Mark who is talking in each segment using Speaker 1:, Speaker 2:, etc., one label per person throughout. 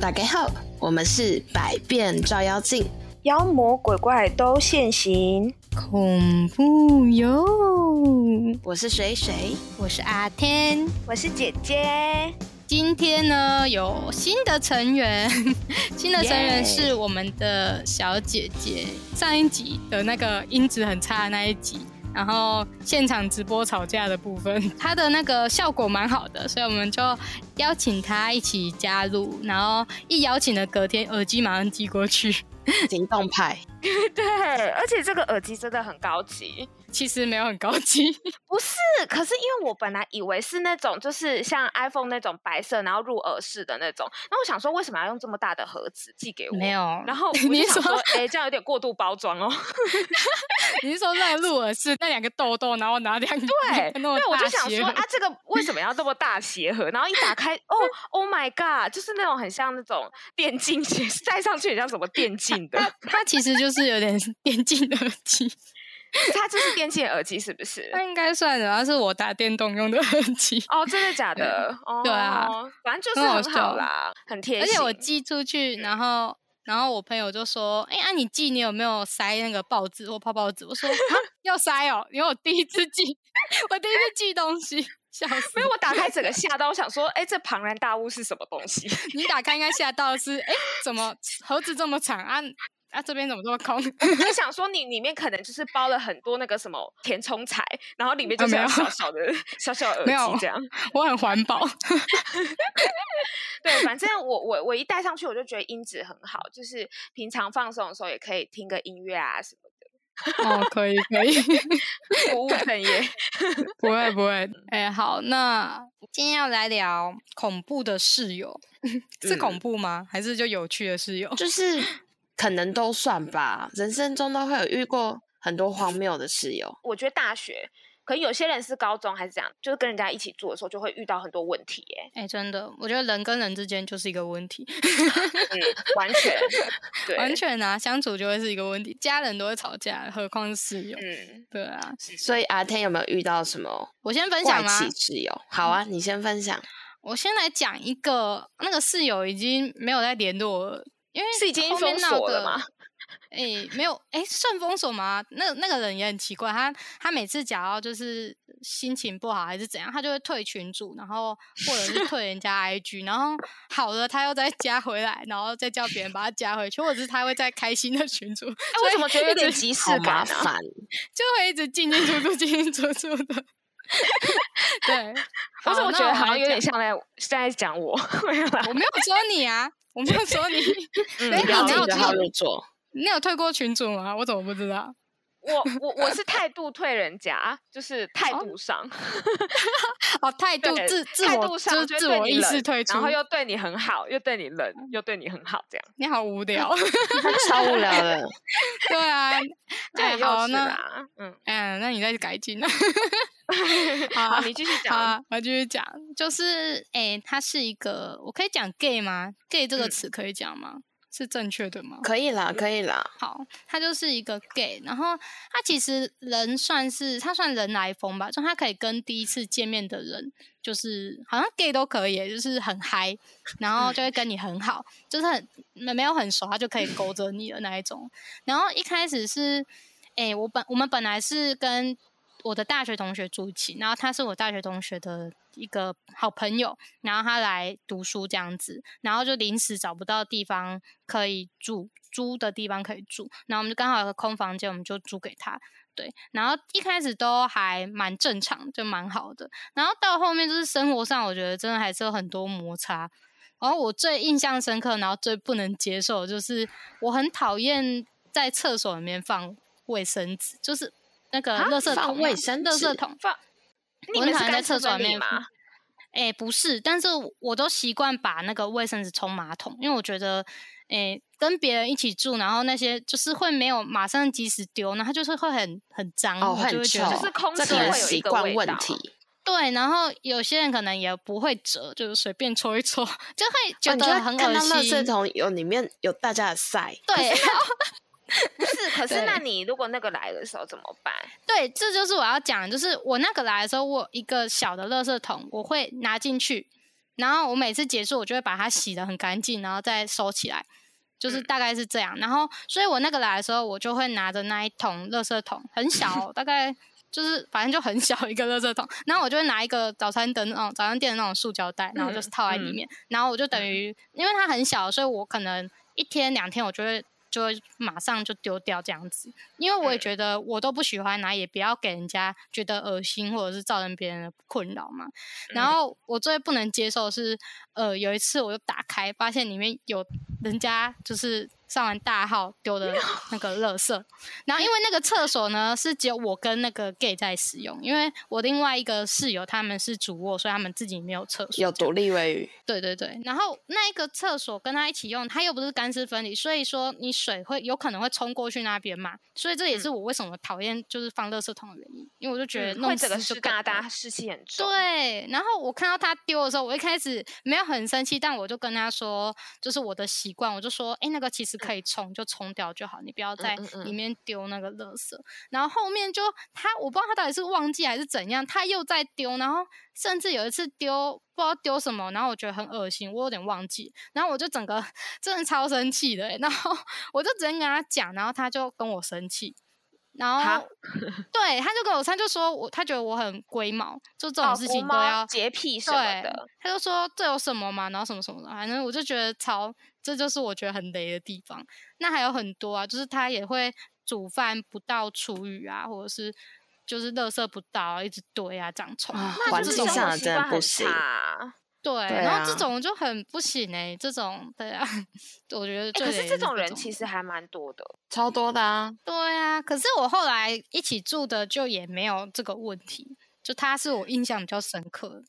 Speaker 1: 大家好，我们是百变照妖镜，
Speaker 2: 妖魔鬼怪都现形。
Speaker 3: 恐怖哟！
Speaker 1: 我是水水，
Speaker 3: 我是阿天，
Speaker 2: 我是姐姐，
Speaker 3: 今天呢有新的成员， 新的成
Speaker 1: Yay
Speaker 3: 员是我们的小姐姐。上一集的那个音质很差的那一集，然后现场直播吵架的部分， 她的那个效果蛮好的，所以我们就邀请她一起加入。然后一邀请的隔天，耳机马上寄过去。
Speaker 1: 行动派。
Speaker 2: 对，而且这个耳机真的很高级。
Speaker 3: 其实没有很高级，
Speaker 2: 不是，可是因为我本来以为是那种，就是像 iPhone 那种白色，然后入耳式的那种。那我想说，为什么要用这么大的盒子寄给我？
Speaker 3: 没。 有。
Speaker 2: 然后
Speaker 3: 你
Speaker 2: 你想
Speaker 3: 说
Speaker 2: 说，哎、这样有点过度包装 哦。
Speaker 3: 你是说那个入耳式那两个痘痘，然后拿两个，
Speaker 2: 对
Speaker 3: 那么
Speaker 2: 对，我
Speaker 3: 大
Speaker 2: 就想
Speaker 3: 鞋
Speaker 2: 说
Speaker 3: 盒
Speaker 2: 啊，这个为什么要这么大鞋盒？然后一打 开，哦，Oh my god，就是那种很像那种电竞鞋， 戴上去很像什么电竞 的
Speaker 3: 它， 它其实就是有点电竞耳机，
Speaker 2: 它就是电竞耳机是不是？
Speaker 3: 它应该算的，它是我打电动用的耳 机。
Speaker 2: 哦，真的假的？哦，
Speaker 3: 对啊，
Speaker 2: 反正就
Speaker 3: 很
Speaker 2: 是很好
Speaker 3: 好笑
Speaker 2: 啦，很贴
Speaker 3: 而
Speaker 2: 心。
Speaker 3: 且我寄出去，然后然后我朋友就说：“哎、啊，你寄你有没有塞那个报纸或泡泡纸？”我说：“啊要塞哦，因为我第一次寄，我第一次寄东西，笑死
Speaker 2: 没！有，我打开整个吓到，我想说，哎，这庞然大物是什么东西？
Speaker 3: 你打开应该吓到的是，哎、怎么盒子这么长啊？啊，这边怎么这么空？
Speaker 2: 就想说你里面可能就是包了很多那个什么填充材，然后里面
Speaker 3: 啊
Speaker 2: 就是
Speaker 3: 没
Speaker 2: 有
Speaker 3: 有
Speaker 2: 小小的小小耳
Speaker 3: 没有
Speaker 2: 机这样。
Speaker 3: 我很环 保。”
Speaker 2: 对，反正我我我一戴上去，我就觉得音质很好，就是平常放松的时候也可以听个音乐啊什么
Speaker 3: 哦，可以可以，
Speaker 2: 的，不务正业。
Speaker 3: 不会不会。 哎、好，那今天要来聊恐怖的室友，是恐怖吗？还是就有趣的室友？
Speaker 1: 就是可能都算吧，人生中都会有遇过很多荒谬的室友。
Speaker 2: 我觉得大学。可能有些人是高中还是怎样，就是跟人家一起住的时候就会遇到很多问题、耶。
Speaker 3: 哎、真的，我觉得人跟人之间就是一个问题，
Speaker 2: 嗯，完全，对，
Speaker 3: 完，全啊，相处就会是一个问题，家人都会吵架，何况是室友？
Speaker 2: 嗯，
Speaker 3: 对啊，
Speaker 1: 所以阿天有没有遇到什么
Speaker 3: 我先分
Speaker 1: 怪
Speaker 3: 享
Speaker 1: 奇
Speaker 3: 吗？
Speaker 1: 室友？好啊，你先分享。
Speaker 3: 我先来讲一个，那个室友已经没有在联络了，因为
Speaker 2: 是已经
Speaker 3: 后面
Speaker 2: 封
Speaker 3: 闹
Speaker 2: 锁了
Speaker 3: 得
Speaker 2: 吗？
Speaker 3: 哎、没有，哎、算封锁吗？那那个人也很奇怪，他他每次讲到就是心情不好还是怎样，他就会退群主，然后或者是 退人家 IG，然后好了他又再加回来，然后再叫别人把他加回去，或者是他会在开心的群主，
Speaker 2: 哎、我怎么觉得有点即视
Speaker 1: 好
Speaker 2: 感
Speaker 1: 麻
Speaker 2: 啊？
Speaker 1: 烦，
Speaker 3: 就会一直进进出出、进进出出的。 对，
Speaker 2: 我怎么觉得好
Speaker 3: 还
Speaker 2: 像有点像在是在讲我？没有啦
Speaker 3: 我没有说你啊，我没有说你，
Speaker 1: 你
Speaker 2: 嗯
Speaker 3: 哎
Speaker 1: 不要
Speaker 3: 好
Speaker 1: 自己
Speaker 3: 然后
Speaker 1: 对
Speaker 3: 这
Speaker 1: 号
Speaker 3: 个
Speaker 1: 入座。
Speaker 3: 你有退过群主吗？我怎么不知道？
Speaker 2: 我我我是态度退人家，就是态度上，
Speaker 3: 哦，态度
Speaker 2: 对
Speaker 3: 自自
Speaker 2: 态
Speaker 3: 我
Speaker 2: 度
Speaker 3: 就
Speaker 2: 上
Speaker 3: 是
Speaker 2: 就是
Speaker 3: 自
Speaker 2: 对
Speaker 3: 我
Speaker 2: 你
Speaker 3: 意识
Speaker 2: 冷
Speaker 3: 退出，
Speaker 2: 然后又对你很好，又对你冷，又对你很好，这样。
Speaker 3: 你好 无聊。
Speaker 1: 超无聊的，
Speaker 3: 对啊，哎
Speaker 2: 对，
Speaker 3: 好
Speaker 2: 又是
Speaker 3: 那
Speaker 2: 啦， 嗯，
Speaker 3: 嗯，那你再改进。
Speaker 2: 好，
Speaker 3: 好
Speaker 2: 你继续
Speaker 3: 好
Speaker 2: 讲。
Speaker 3: 啊，我继续讲，就是哎、他是一个，我可以讲 gay 吗？gay 这个
Speaker 2: 嗯
Speaker 3: 词可以讲吗？是正确的吗？
Speaker 1: 可以啦，可以啦。
Speaker 3: 好，他就是一个 gay，然后他其实人算是他算人来疯吧，就他可以跟第一次见面的人，就是好像 gay 都可以，就是很嗨，然后就会跟你很好，就是很没没有很熟，他就可以勾着你的那一种。然后一开始是，诶，我本我们本来是跟我的大学同学住一起，然后他是我大学同学的一个好朋友，然后他来读书这样子，然后就临时找不到地方可以住，租的地方可以住，然后我们就刚好有个空房间，我们就租给他。对，然后一开始都还蛮正常，就蛮好的。然后到后面就是生活上，我觉得真的还是有很多摩擦。然后我最印象深刻，然后最不能接受的就是我很讨厌在厕所里面放卫生纸，就是那个
Speaker 2: 啊
Speaker 3: 垃圾桶
Speaker 1: 放
Speaker 3: 啊
Speaker 1: 卫生
Speaker 3: 垃圾
Speaker 1: 纸
Speaker 3: 桶
Speaker 2: 放你
Speaker 3: 我
Speaker 2: 们
Speaker 3: 很
Speaker 2: 是
Speaker 3: 讨厌
Speaker 2: 干
Speaker 3: 在厕
Speaker 2: 湿
Speaker 3: 所
Speaker 2: 分
Speaker 3: 里
Speaker 2: 离
Speaker 3: 面
Speaker 2: 吗？
Speaker 3: 哎、不是，但是我我都习惯把那个卫生纸冲马桶，因为我觉得，哎、跟别人一起住，然后那些就是会没有马上及时丢，然后就是会很很脏，
Speaker 1: 哦，
Speaker 3: 嗯我
Speaker 1: 会
Speaker 3: 就
Speaker 1: 很
Speaker 3: 会觉
Speaker 1: 臭
Speaker 3: 得，
Speaker 2: 就是空
Speaker 1: 这
Speaker 2: 气
Speaker 1: 个人
Speaker 2: 会有一
Speaker 1: 习
Speaker 2: 个
Speaker 1: 惯
Speaker 2: 味
Speaker 1: 问
Speaker 2: 道
Speaker 1: 题。
Speaker 3: 对，然后有些人可能也不会折，就是随便搓一搓，就会觉
Speaker 1: 哦你
Speaker 3: 得
Speaker 1: 就会
Speaker 3: 很
Speaker 1: 看
Speaker 3: 恶
Speaker 1: 到垃
Speaker 3: 心。
Speaker 1: 圾桶有里面有大家的晒，
Speaker 3: 对，
Speaker 2: 不是，可是
Speaker 3: 对
Speaker 2: 那你如果那个来的时候怎么办？
Speaker 3: 对，这就是我要讲的，就是我那个来的时候，我有一个小的垃圾桶，我会拿进去，然后我每次结束，我就会把它洗的很干净，然后再收起来，就是
Speaker 2: 嗯
Speaker 3: 大概是这样。然后，所以我那个来的时候，我就会拿着那一桶垃圾桶，很小，大概就是反正就很小一个垃圾桶，然后我就会拿一个早餐灯哦，早餐店的那种塑胶袋，然后就是
Speaker 2: 嗯
Speaker 3: 套在里
Speaker 2: 嗯
Speaker 3: 面，然后我就等于因为它很小，所以我可能一天两天我就会。就会马上就丢掉这样子，因为我也
Speaker 2: 嗯
Speaker 3: 觉得我都不喜欢拿，也不要给人家觉得恶心或者是造成别人的困扰嘛。然
Speaker 2: 嗯
Speaker 3: 后我最不能接受的是，呃，有一次我就打开，发现里面有人家就是上完大号 丢的那个垃圾，然后因为那个厕所呢是只有我跟那个 gay 在使用，因为我另外一个室友他们是主卧，所以他们自己没有厕所。
Speaker 1: 有独立卫浴，
Speaker 3: 对对对，然后那一个厕所跟他一起用，他又不是干湿分离，所以说你水会有可能会冲过去那边嘛，所以这也是我为什么讨厌就是放垃圾桶的原因，因为我就觉得
Speaker 2: 嗯
Speaker 3: 弄
Speaker 2: 会整个
Speaker 3: 湿就
Speaker 2: 湿
Speaker 3: 更
Speaker 2: 哒
Speaker 3: 恶
Speaker 2: 哒，湿气很重。
Speaker 3: 对，然后我看到他丢的时候，我一开始没有很生气，但我就跟他说，就是我的习惯，我就说，哎，那个其实可以冲，就冲掉就好，你不要在
Speaker 2: 嗯嗯嗯
Speaker 3: 里面丢那个垃圾。然后后面就他，我不知道他到底是忘记还是怎样，他又在丢，然后甚至有一次丢不知道丢什么，然后我觉得很恶心，我有点忘记，然后我就整个 真的超生气的、欸，然后 我就直接跟他讲，然后他就跟我生气。然
Speaker 2: 哈
Speaker 3: 后，对，他就跟我，他就说我，他觉得我很龟毛，就这
Speaker 2: 哦，
Speaker 3: 种事
Speaker 2: 国
Speaker 3: 情都
Speaker 2: 猫
Speaker 3: 要
Speaker 2: 洁癖什么
Speaker 3: 对
Speaker 2: 的。，
Speaker 3: 他就说这有什么嘛，然后什么什么的，反正我就觉得超，这就是我觉得很雷的地方。那还有很多啊，就是他也会煮饭不倒厨余啊，或者是就是垃圾不倒啊，一直堆啊，长虫。
Speaker 1: 啊
Speaker 3: 那
Speaker 1: 环
Speaker 3: 这
Speaker 1: 境
Speaker 3: 种
Speaker 1: 上的
Speaker 2: 生活习
Speaker 1: 真的
Speaker 2: 惯
Speaker 1: 不
Speaker 2: 很
Speaker 1: 行
Speaker 2: 差啊
Speaker 3: 对，
Speaker 1: 对
Speaker 3: 然后这
Speaker 1: 啊
Speaker 3: 种就很不行哎、这种对啊， 我觉得
Speaker 2: 欸
Speaker 3: 最
Speaker 2: 可
Speaker 3: 雷
Speaker 2: 是
Speaker 3: 的
Speaker 2: 这种人
Speaker 3: 种
Speaker 2: 其实还蛮多的。
Speaker 1: 超多的啊。
Speaker 3: 对啊，可是我后来一起住的就也没有这个问题，就他是我印象比较深刻的。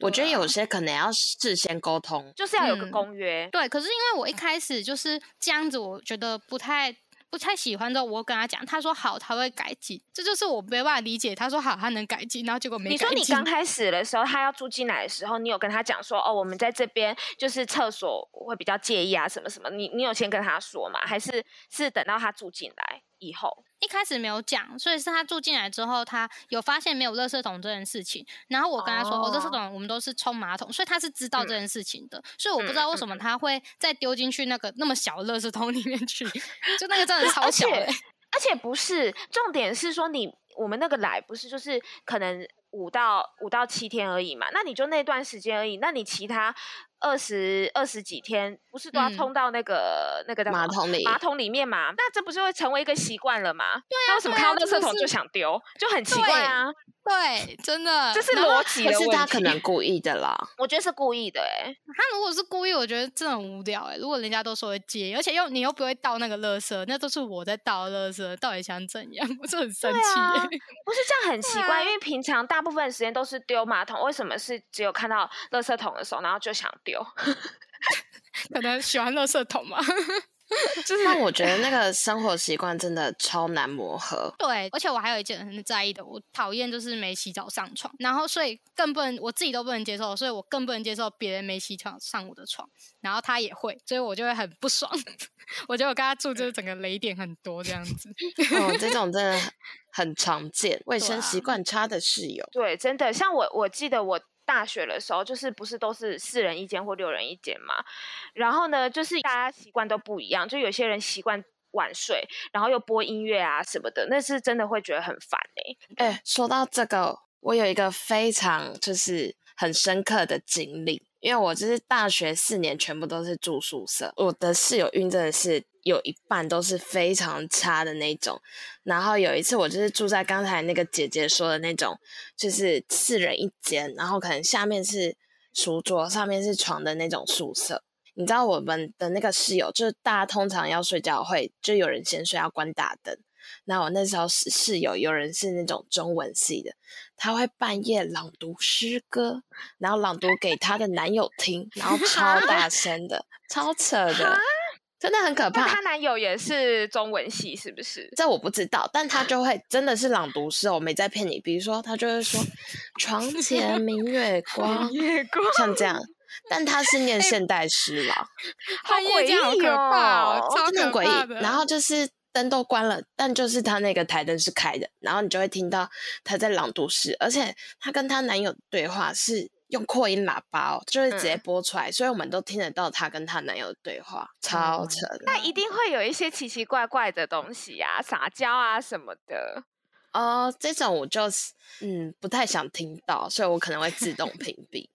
Speaker 1: 我觉得
Speaker 3: 对啊
Speaker 1: 有些可能要事先沟通，
Speaker 2: 就是要有个
Speaker 3: 嗯
Speaker 2: 公约。
Speaker 3: 对，可是因为我一开始就是这样子，我觉得不太不太喜欢之后，我跟他讲，他说好，他会改进，这就是我没办法理解。他说好，他能改进，然后结果没
Speaker 2: 你
Speaker 3: 改
Speaker 2: 说
Speaker 3: 进。
Speaker 2: 你刚开始的时候，他要住进来的时候，你有跟他讲说，哦，我们在这边就是厕所会比较介意啊，什么什么，你你有先跟他说吗？还是是等到他住进来以后？
Speaker 3: 一开始没有讲，所以是他住进来之后，他有发现没有垃圾桶这件事情，然后我跟他说，哦，垃圾
Speaker 2: 哦
Speaker 3: 桶我们都是冲马桶，所以他是知道这
Speaker 2: 嗯
Speaker 3: 件事情的，所以我不知
Speaker 2: 嗯
Speaker 3: 道为
Speaker 2: 嗯
Speaker 3: 什么他会再丢进去那个那么小的垃圾桶里面去， 就那 个真的超
Speaker 2: 而
Speaker 3: 小的、
Speaker 2: 且而且不是，重点是说你我们那个来不是就是可能五到五到七天而已嘛，那你就那段时间而已，那你其他二十二十几天不是都要
Speaker 3: 嗯
Speaker 2: 冲到那个、那个叫什
Speaker 1: 马
Speaker 2: 么
Speaker 1: 桶里
Speaker 2: 马桶里面嘛，那这不是会成为一个习惯了吗？对啊，为什么
Speaker 3: 对
Speaker 2: 看
Speaker 3: 啊
Speaker 2: 到
Speaker 3: 这
Speaker 2: 垃圾
Speaker 3: 就
Speaker 2: 桶
Speaker 3: 是
Speaker 2: 就想丢，就很奇怪
Speaker 3: 对
Speaker 2: 啊？
Speaker 3: 对，真的，
Speaker 2: 这是
Speaker 3: 然后
Speaker 2: 逻辑
Speaker 1: 可
Speaker 2: 的
Speaker 1: 是
Speaker 2: 问题。
Speaker 1: 他可能故意的啦。
Speaker 2: 我觉得是故意的、欸，
Speaker 3: 他如果是故意，我觉得真的很无聊哎、如果人家都说会接，而且又你又不会倒那个垃圾，那都是我在倒垃圾，到底想怎样？ 我真的很生
Speaker 2: 对
Speaker 3: 气、
Speaker 2: 啊
Speaker 3: 欸。
Speaker 2: 不是这样很奇
Speaker 3: 对
Speaker 2: 怪，
Speaker 3: 啊
Speaker 2: 因为平常大部分时间都是丢马桶，为什么是只有看到垃圾桶的时候，然后就想丢？
Speaker 3: 可能喜欢垃圾桶嘛。
Speaker 1: 但我觉得那个生活习惯真的超难磨合。
Speaker 3: 对，而且我还有一件很在意的，我讨厌就是没洗澡上床，然后所以更不能我自己都不能接受，所以我更不能接受别人没洗澡上我的床，然后他也会，所以我就会很不爽。 我觉得我跟他住就是整个雷点很多这样子。
Speaker 1: 哦，这种真的很很常见，卫
Speaker 3: 对
Speaker 1: 生
Speaker 3: 啊
Speaker 1: 习惯差的室友。
Speaker 2: 对，真的，像我，我记得我大学的时候，就是不是都是四人一间或六人一间嘛，然后呢，就是大家习惯都不一样，就有些人习惯。晚睡，然后又播音乐啊什么的，那是真的会觉得很烦哎、
Speaker 1: 哎、说到这个，我有一个非常就是很深刻的经历，因为我就是大学四年全部都是住宿舍，我的室友运真的是有一半都是非常差的那种。然后有一次我就是住在刚才那个姐姐说的那种，就是四人一间，然后可能下面是书桌，上面是床的那种宿舍。你知道我们的那个室友，就是大家通常要睡觉会，就有人先睡，要关大灯。那我那时候室室友有人是那种中文系的，他会半夜朗读诗歌，然后朗读给她的男友听，然后超大声的，超扯的
Speaker 2: 哈，
Speaker 1: 真的很可
Speaker 2: 那
Speaker 1: 怕。
Speaker 2: 她男友也是中文系是不是？
Speaker 1: 这我不知道，但他就会真的是朗读诗哦，我没在骗你。比如说，他就会 说“床前明月光
Speaker 2: 月光”，
Speaker 1: 像这样，但他是
Speaker 3: 哎
Speaker 1: 念现代诗啦，
Speaker 2: 好
Speaker 3: 半夜
Speaker 2: 诡
Speaker 3: 这样好
Speaker 2: 异
Speaker 3: 可怕哦
Speaker 2: 哦
Speaker 3: 超
Speaker 1: 真的很
Speaker 3: 可
Speaker 1: 诡
Speaker 3: 怕
Speaker 1: 异。
Speaker 3: 的
Speaker 1: 然后就是灯都关了，但就是他那个台灯是开的，然后你就会听到他在朗读诗，而且她跟她男友的对话是。用扩音喇叭哦，就是直接
Speaker 2: 嗯
Speaker 1: 播出来，所以我们都听得到她跟她男友的对
Speaker 3: 哦
Speaker 1: 话，超扯的。
Speaker 2: 那一定会有一些奇奇怪怪的东西啊，撒娇啊什么的。
Speaker 1: 哦，这种我就是嗯不太想听到，所以我可能会自动屏蔽。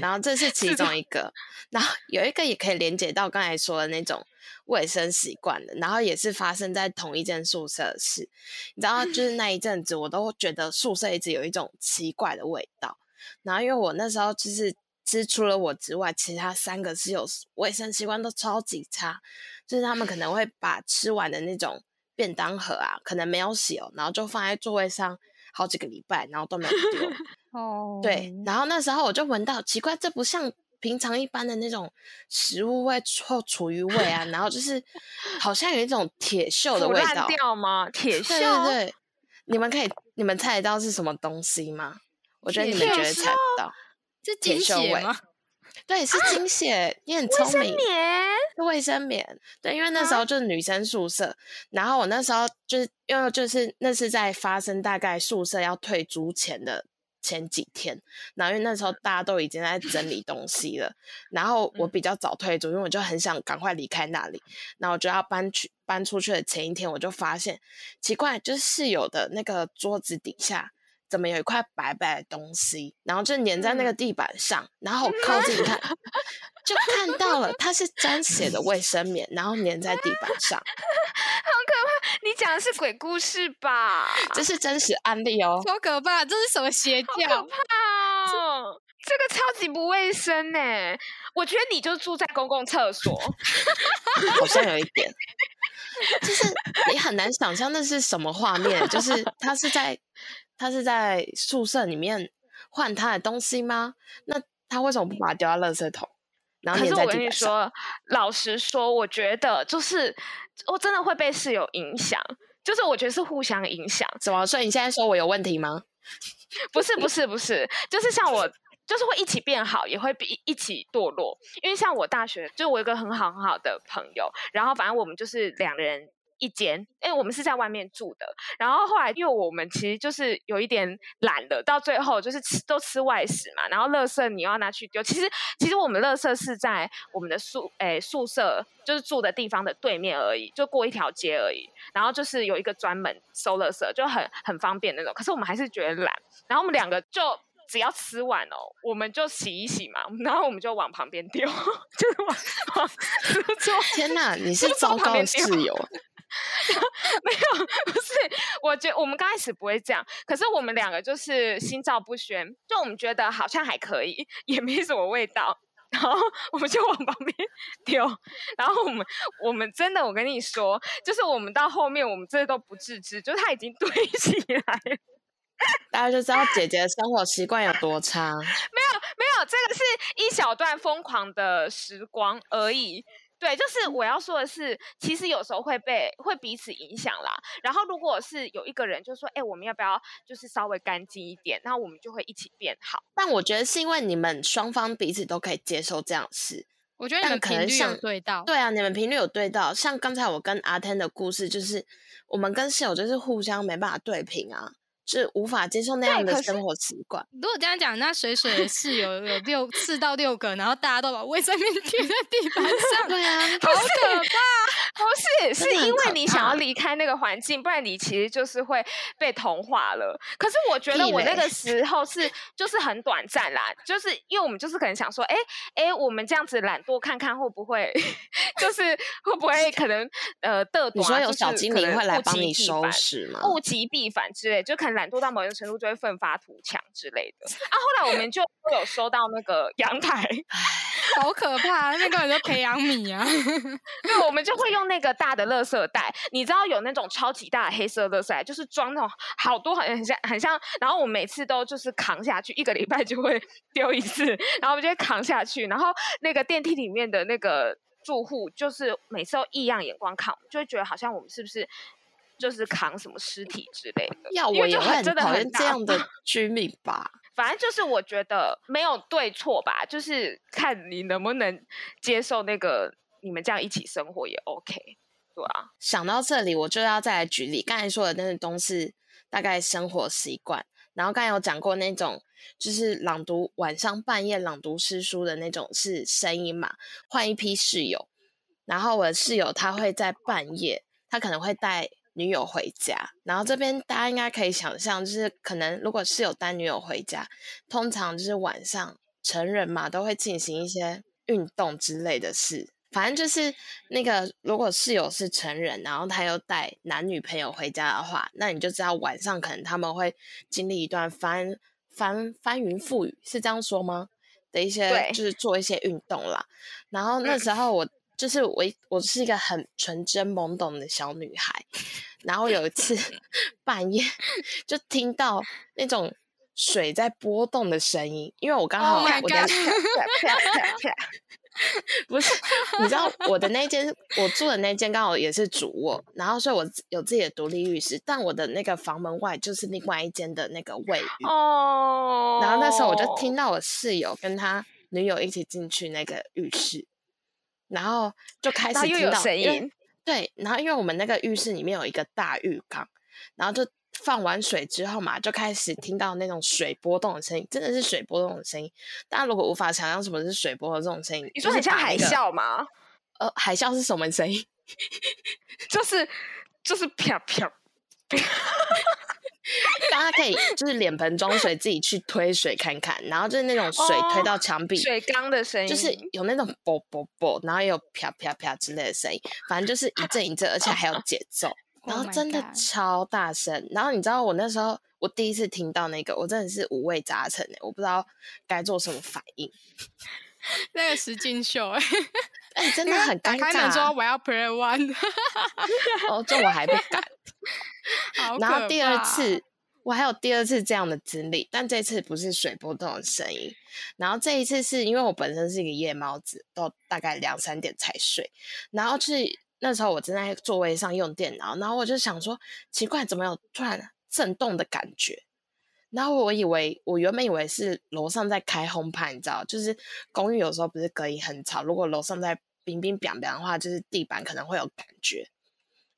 Speaker 1: 然后这是其
Speaker 2: 自动
Speaker 1: 中一个，然后有一个也可以连接到刚才说的那种卫生习惯的，然后也是发生在同一间宿舍的事。你知道，就是那一阵子，我都觉得宿舍一直有一种奇怪的味道。然后因为我那时候就是，其实除了我之外，其他三个室友卫生习惯都超级差，就是他们可能会把吃完的那种便当盒啊，可能没有洗哦，然后就放在座位上好几个礼拜，然后都没有 丢。
Speaker 3: 哦，
Speaker 1: 对，然后那时候我就闻到奇怪，这不像平常一般的那种食物味或厨余味啊，然后就是好像有一种铁锈的
Speaker 2: 腐
Speaker 1: 味
Speaker 2: 烂
Speaker 1: 道。
Speaker 2: 掉吗？铁
Speaker 1: 对
Speaker 2: 锈，
Speaker 1: 对对，你们可以，你们猜得到是什么东西吗？我觉得你们
Speaker 3: 铁
Speaker 1: 绝对猜不到，
Speaker 3: 是
Speaker 1: 铁
Speaker 3: 精
Speaker 1: 锈
Speaker 3: 血
Speaker 1: 味
Speaker 3: 吗？。
Speaker 1: 对，是精血，你很
Speaker 2: 啊卫
Speaker 1: 聪
Speaker 2: 生
Speaker 1: 明。
Speaker 2: 棉。
Speaker 1: 是卫生棉，对，因为那时
Speaker 2: 啊
Speaker 1: 候就是女生宿舍，然后我那时候就是因为就是那是在发生大概宿舍要退租前的前几天，然后因为那时候大家都已经在整理东西了，然后我
Speaker 2: 嗯
Speaker 1: 比较早退租，因为我就很想赶快离开那里，然后我就要搬去搬出去的前一天，我就发现奇怪，就是室友的那个桌子底下。怎么有一块白白的东西，然后就粘在那个地板上，然后我靠近看，就看到了，它是沾血的卫生棉，然后粘在地板上，
Speaker 2: 你讲的是鬼故事吧？
Speaker 1: 这是真实案例哦。
Speaker 3: 超可怕！这是什么邪教？
Speaker 2: 哦，这个超级不卫生呢、欸我觉得你就住在公共厕所，
Speaker 1: 好像有一点，就是你很难想象那是什么画面，就是他是在他是在宿舍里面换他的东西吗？那他为什么不把它丢到垃圾桶，然后
Speaker 2: 可
Speaker 1: 粘
Speaker 2: 是
Speaker 1: 在
Speaker 2: 我
Speaker 1: 地
Speaker 2: 跟你
Speaker 1: 板上？
Speaker 2: 说，老实说，我觉得就是我真的会被室友影响，就是我觉得是互相影响，
Speaker 1: 怎么？所以你现在说我有问题吗？
Speaker 2: 不是不是不是，就是像我。就是会一起变好，也会比一起堕落。因为像我大学，就是我有一个很好很好的朋友，然后反正我们就是两个人一间，因为我们是在外面住的。然后后来，因为我们其实就是有一点懒了，到最后就是吃都吃外食嘛，然后垃圾你要拿去丢。其实其实我们垃圾是在我们的宿诶、宿舍，就是住的地方的对面而已，就过一条街而已。然后就是有一个专门收垃圾，就很很方便那种。可是我们还是觉得懒，然后我们两个就。只要吃完哦，我们就洗一洗嘛，然后我们就往旁边丢， 就是往往书桌
Speaker 1: 天哪，你是
Speaker 2: 就是放
Speaker 1: 糟
Speaker 2: 旁
Speaker 1: 糕的
Speaker 2: 边丢
Speaker 1: 室友，
Speaker 2: 没有，不是，我觉我们刚开始不会这样，可是我们两个就是心照不宣，就我们觉得好像还可以，也没什么味道，然后我们就往旁边丢，然后我们我们真的，我跟你说，就是我们到后面我们这都不自知，就是它已经堆起来了。
Speaker 1: 大家就知道姐姐的生活习惯有多差。
Speaker 2: 没有，这个是一小段疯狂的时光而已。对，就是我要说的是，其实有时候会被会彼此影响啦。然后如果是有一个人就说，哎、我们要不要就是稍微干净一点？那我们就会一起变好。
Speaker 1: 但我觉得是因为你们双方彼此都可以接受这样的事。
Speaker 3: 我觉得你
Speaker 1: 但
Speaker 3: 们
Speaker 1: 可
Speaker 3: 频
Speaker 1: 能
Speaker 3: 率有
Speaker 1: 像
Speaker 3: 对到，
Speaker 1: 对啊，你们频率有对到。像刚才我跟阿天的故事，就是我们跟室友就是互相没办法对平啊，就是无法接受那
Speaker 2: 对
Speaker 1: 样的
Speaker 2: 可是
Speaker 1: 生活习惯。
Speaker 3: 如果这样讲，那水水的室 友有六四到六个，然后大家都把卫生棉贴在地板
Speaker 2: 嗯
Speaker 3: 上，
Speaker 1: 对啊，
Speaker 3: 好可怕！
Speaker 2: 不
Speaker 1: 真
Speaker 2: 是，是
Speaker 1: 的很
Speaker 2: 因
Speaker 1: 可
Speaker 2: 为你想
Speaker 1: 怕
Speaker 2: 要离开那个环境，不然你其实就是会被同化了。可是我觉得
Speaker 1: 地
Speaker 2: 我那
Speaker 1: 雷
Speaker 2: 个时候是就是很短暂啦，就是因为我们就是可能想说，哎、哎、我们这样子懒惰看看会不会， 就是会不会可能呃的
Speaker 1: 你说有小精灵会来帮你收拾吗？
Speaker 2: 物极必反之类，就可能懒惰到某种程度就会奋发图强之类的。啊，后来我们就都有收到那个阳台，
Speaker 3: 好可怕！那个人就培养皿啊，
Speaker 2: 对，我们就会用那个大的垃圾袋，你知道有那种超级大的黑色垃圾袋，就是装那种好多很很像很像，然后我每次都就是扛下去，一个礼拜就会 丢一次，然后我们就会扛下去，然后那个电梯里面的那个住户就是每次都异样眼光看我们，就会觉得好像我们是不是就是扛什么尸体之类的。
Speaker 1: 要
Speaker 2: 因为
Speaker 1: 我也
Speaker 2: 就
Speaker 1: 会
Speaker 2: 很
Speaker 1: 很
Speaker 2: 真的
Speaker 1: 讨
Speaker 2: 很
Speaker 1: 厌这
Speaker 2: 大
Speaker 1: 样的居民吧。
Speaker 2: 反正就是我觉得没有对错吧，就是看你能不能接受那个你们这样一起生活也 OK，对啊。
Speaker 1: 想到这里，我就要再来举例，刚才说的那个东西，大概生活习惯。然后刚才有讲过那种，就是朗读晚上半夜朗读诗书的那种是声音嘛，换一批室友，然后我的室友他会在半夜，他可能会带女友回家，然后这边大家应该可以想象，就是可能如果室友带女友回家，通常就是晚上成人嘛都会进行一些运动之类的事。反正就是那个，如果室友是成人，然后他又带男女朋友回家的话，那你就知道晚上可能他们会经历一段翻翻翻云覆雨，是这样说吗？的一些
Speaker 2: 对
Speaker 1: 就是做一些运动啦。然后那时候我、就是我一我是一个很纯真懵懂的小女孩，然后有一次 半夜就听到那种水在波动的声音，因为我刚
Speaker 3: Oh
Speaker 1: 好
Speaker 3: my
Speaker 1: 我的
Speaker 2: 啪
Speaker 3: god
Speaker 2: 啪 啪啪
Speaker 1: 不是，你知道我的那间，我住的那间刚好也是主卧，然后所以我自有自己的独立浴室，但我的那个房门外就是另外一间的那个卫浴。
Speaker 2: 哦，
Speaker 1: 然后那时候我就听到我室友跟他女友一起进去那个浴室，然后就开
Speaker 2: 然
Speaker 1: 始
Speaker 2: 后又
Speaker 1: 听
Speaker 2: 有
Speaker 1: 到
Speaker 2: 声
Speaker 1: 因为
Speaker 2: 音，
Speaker 1: 对，然后因为我们那个浴室里面有一个大浴缸，然后就放完水之后嘛，就开始听到那种水波动的声音，真的是水波动的声音。大家如果无法想象什么是水波的这种声音，
Speaker 2: 你
Speaker 1: 就
Speaker 2: 说
Speaker 1: 是
Speaker 2: 很像
Speaker 1: 把
Speaker 2: 海
Speaker 1: 那个
Speaker 2: 啸吗？
Speaker 1: 呃，海啸是什么声音？
Speaker 2: 就是就是啪啪，
Speaker 1: 大家可以就是脸盆装水，自己去推水看看，然后就是那种水推
Speaker 2: 哦
Speaker 1: 到墙壁，
Speaker 2: 水缸的声音，
Speaker 1: 就是有那种啵啵啵，然后也有啪啪啪之类的声音，反正就是一阵一阵，而且还有节 奏，然
Speaker 3: Oh
Speaker 1: 后
Speaker 3: my
Speaker 1: 真的
Speaker 3: god
Speaker 1: 超大声。然后你知道我那时候我第一次听到那个，我真的是五味杂陈、欸、我不知道该做什么反应，
Speaker 3: 那个实境 秀，哎，
Speaker 1: 哎、真
Speaker 3: 你
Speaker 1: 的
Speaker 3: 们
Speaker 1: 很
Speaker 3: 打
Speaker 1: 尴
Speaker 3: 开门
Speaker 1: 尬
Speaker 3: 说
Speaker 1: 啊。
Speaker 3: 我要 play one，
Speaker 1: 哦，这我还不敢。
Speaker 3: 好
Speaker 1: 然
Speaker 3: 可
Speaker 1: 后第二
Speaker 3: 怕啊
Speaker 1: 次，我还有第二次这样的经历，但这次不是水波动的声音，然后这一次是因为我本身是一个夜猫子，到大概两三点才睡，然后是那时候我正在座位上用电脑，然后我就想说，奇怪，怎么有突然震动的感觉？然后我以为，我原本以为是楼上在开轰趴，你知道，就是公寓有时候不是隔音很吵，如果楼上在冰冰凉凉的话，就是地板可能会有感觉。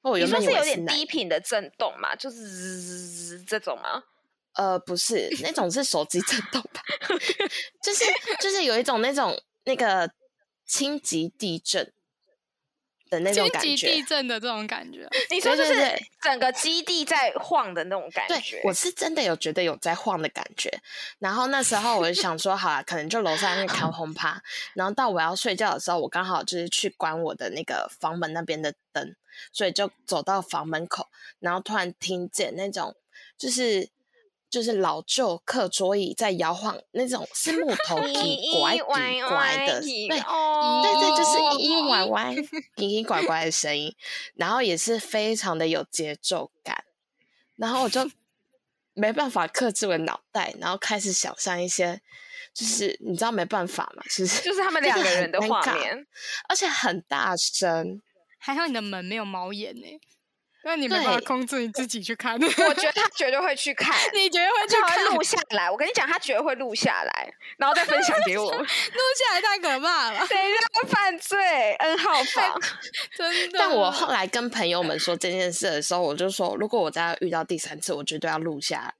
Speaker 1: 我
Speaker 2: 你
Speaker 1: 原
Speaker 2: 说
Speaker 1: 本以
Speaker 2: 是
Speaker 1: 为
Speaker 2: 有
Speaker 1: 是
Speaker 2: 点
Speaker 1: 那
Speaker 2: 低频的震动嘛？就是滋滋滋滋这种吗？
Speaker 1: 呃，不是那种是手机震动吧，就是就是有一种那种那个轻级地震的那种
Speaker 3: 荆
Speaker 1: 感
Speaker 3: 棘地
Speaker 1: 觉。
Speaker 3: 震的这种感觉，
Speaker 2: 你说就
Speaker 1: 对
Speaker 2: 是
Speaker 1: 对
Speaker 2: 整个基地在晃的那种感
Speaker 1: 对
Speaker 2: 觉，，
Speaker 1: 我是真的有觉得有在晃的感觉。然后那时候我就想说，好啦，可能就楼下那个开轰趴。然后到我要睡觉的时候，我刚好就是去关我的那个房门那边的灯，所以就走到房门口，然后突然听见那种就是就是老旧课桌椅在摇晃，那种是木 头底拐
Speaker 2: 咦
Speaker 1: 底拐的，
Speaker 2: 咦
Speaker 1: 对，
Speaker 2: 哦
Speaker 1: 对对，就是
Speaker 3: 哦
Speaker 1: 咿咿歪歪、咿咿拐拐的声音，然后也是非常的有节奏感，然后我就没办法克制我的脑袋，然后开始想象一些，就是你知道没办法嘛，是不是？
Speaker 2: 就是他们两个
Speaker 1: 很
Speaker 2: 人的
Speaker 1: 尴
Speaker 2: 画
Speaker 1: 尬
Speaker 2: 面，
Speaker 1: 而且很大声，
Speaker 3: 还好你的门没有猫眼呢、那你没办法
Speaker 1: 对
Speaker 3: 控制你自己去看。。
Speaker 2: 我觉得他绝对会 去看
Speaker 3: 你觉得会
Speaker 2: 他
Speaker 3: 去
Speaker 2: 就
Speaker 3: 看
Speaker 2: 会
Speaker 3: 录
Speaker 2: 录下来，我跟你讲，他绝对会录下来，然后再分享给我们。
Speaker 3: 下来太可怕了，
Speaker 2: 等一下会犯罪，N 号房。
Speaker 3: 真的。
Speaker 1: 但我
Speaker 2: 啊
Speaker 1: 后来跟朋友们说这件事的时候，我就说，如果我再遇到第三次，我绝对要录下来。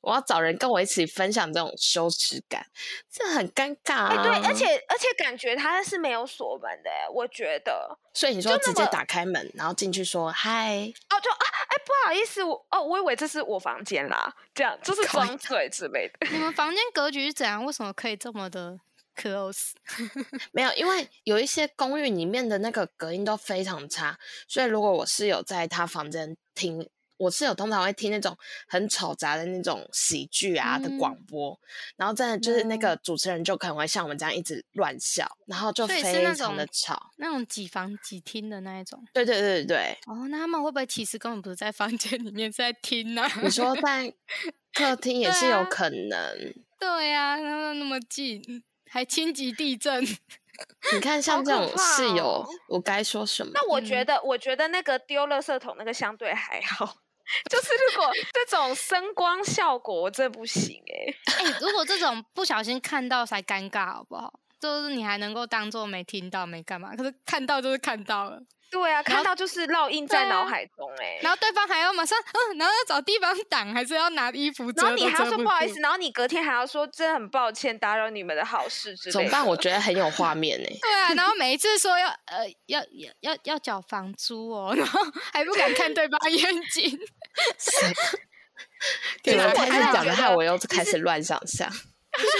Speaker 1: 我要找人跟我一起分享这种羞耻感，这很尴尬、啊
Speaker 2: 哎、对，而且而且感觉他是没有锁门的欸，我觉得。
Speaker 1: 所以你
Speaker 2: 就
Speaker 1: 说
Speaker 2: 那
Speaker 1: 直接
Speaker 2: 么
Speaker 1: 打开门，然后进去说嗨，
Speaker 2: 哦，就啊，哎、不好意思，我哦，我以为这是我房间啦，这样就是
Speaker 1: 靠
Speaker 2: 装醉之类的。
Speaker 3: 你们房间格局是怎样？为什么可以这么的 close？
Speaker 1: 没有，因为有一些公寓里面的那个隔音都非常差，所以如果我室友在他房间听，我室友通常会听那种很吵杂的那种喜剧啊的广
Speaker 3: 嗯
Speaker 1: 播，然后真的就是那个主持人就可能会像我们这样一直乱笑，然后就
Speaker 3: 哦所以是那
Speaker 1: 非常的
Speaker 3: 种
Speaker 1: 吵。
Speaker 3: 那种几房几厅的那一种。
Speaker 1: 对对对对
Speaker 3: 哦，那他们会不会其实根本不是在房间里面，是在厅 呢、啊？
Speaker 1: 对，你说在客厅也
Speaker 3: 对
Speaker 1: 是有
Speaker 3: 啊
Speaker 1: 可能。
Speaker 3: 对呀、然后那么近，还轻级地 震。
Speaker 1: 你看，像
Speaker 2: 好
Speaker 1: 这
Speaker 2: 可
Speaker 1: 种
Speaker 2: 怕
Speaker 1: 室友，
Speaker 2: 哦
Speaker 1: 我该说什么？
Speaker 2: 那我觉得，我觉得那个丢垃圾桶那个相对还好。 就是如果这种声光效果，我真的不行哎、
Speaker 3: 哎、如果这种不小心看到才尴尬，好不好？就是你还能够当做没听到、没干嘛，可是看到就是看到了，
Speaker 2: 对啊，
Speaker 3: 然后
Speaker 2: 看到就是烙印在脑海中哎、
Speaker 3: 然后对方还要马上嗯，然后要找地方挡，还是要拿衣服遮
Speaker 2: 然后
Speaker 3: 都遮
Speaker 2: 你还要说
Speaker 3: 不
Speaker 2: 不好意
Speaker 3: 住
Speaker 2: 思，，然后你隔天还要说真的很抱歉打扰你们的好事之类的。
Speaker 1: 怎么办？我觉得很有画面欸呢、
Speaker 3: 对啊，然后每一次说要呃要要要要缴房租哦，然后 还不敢看对方眼睛，
Speaker 1: 你们开
Speaker 2: 其实
Speaker 1: 始
Speaker 2: 我
Speaker 1: 讲的，
Speaker 2: 觉得
Speaker 1: 害我又开始乱想象。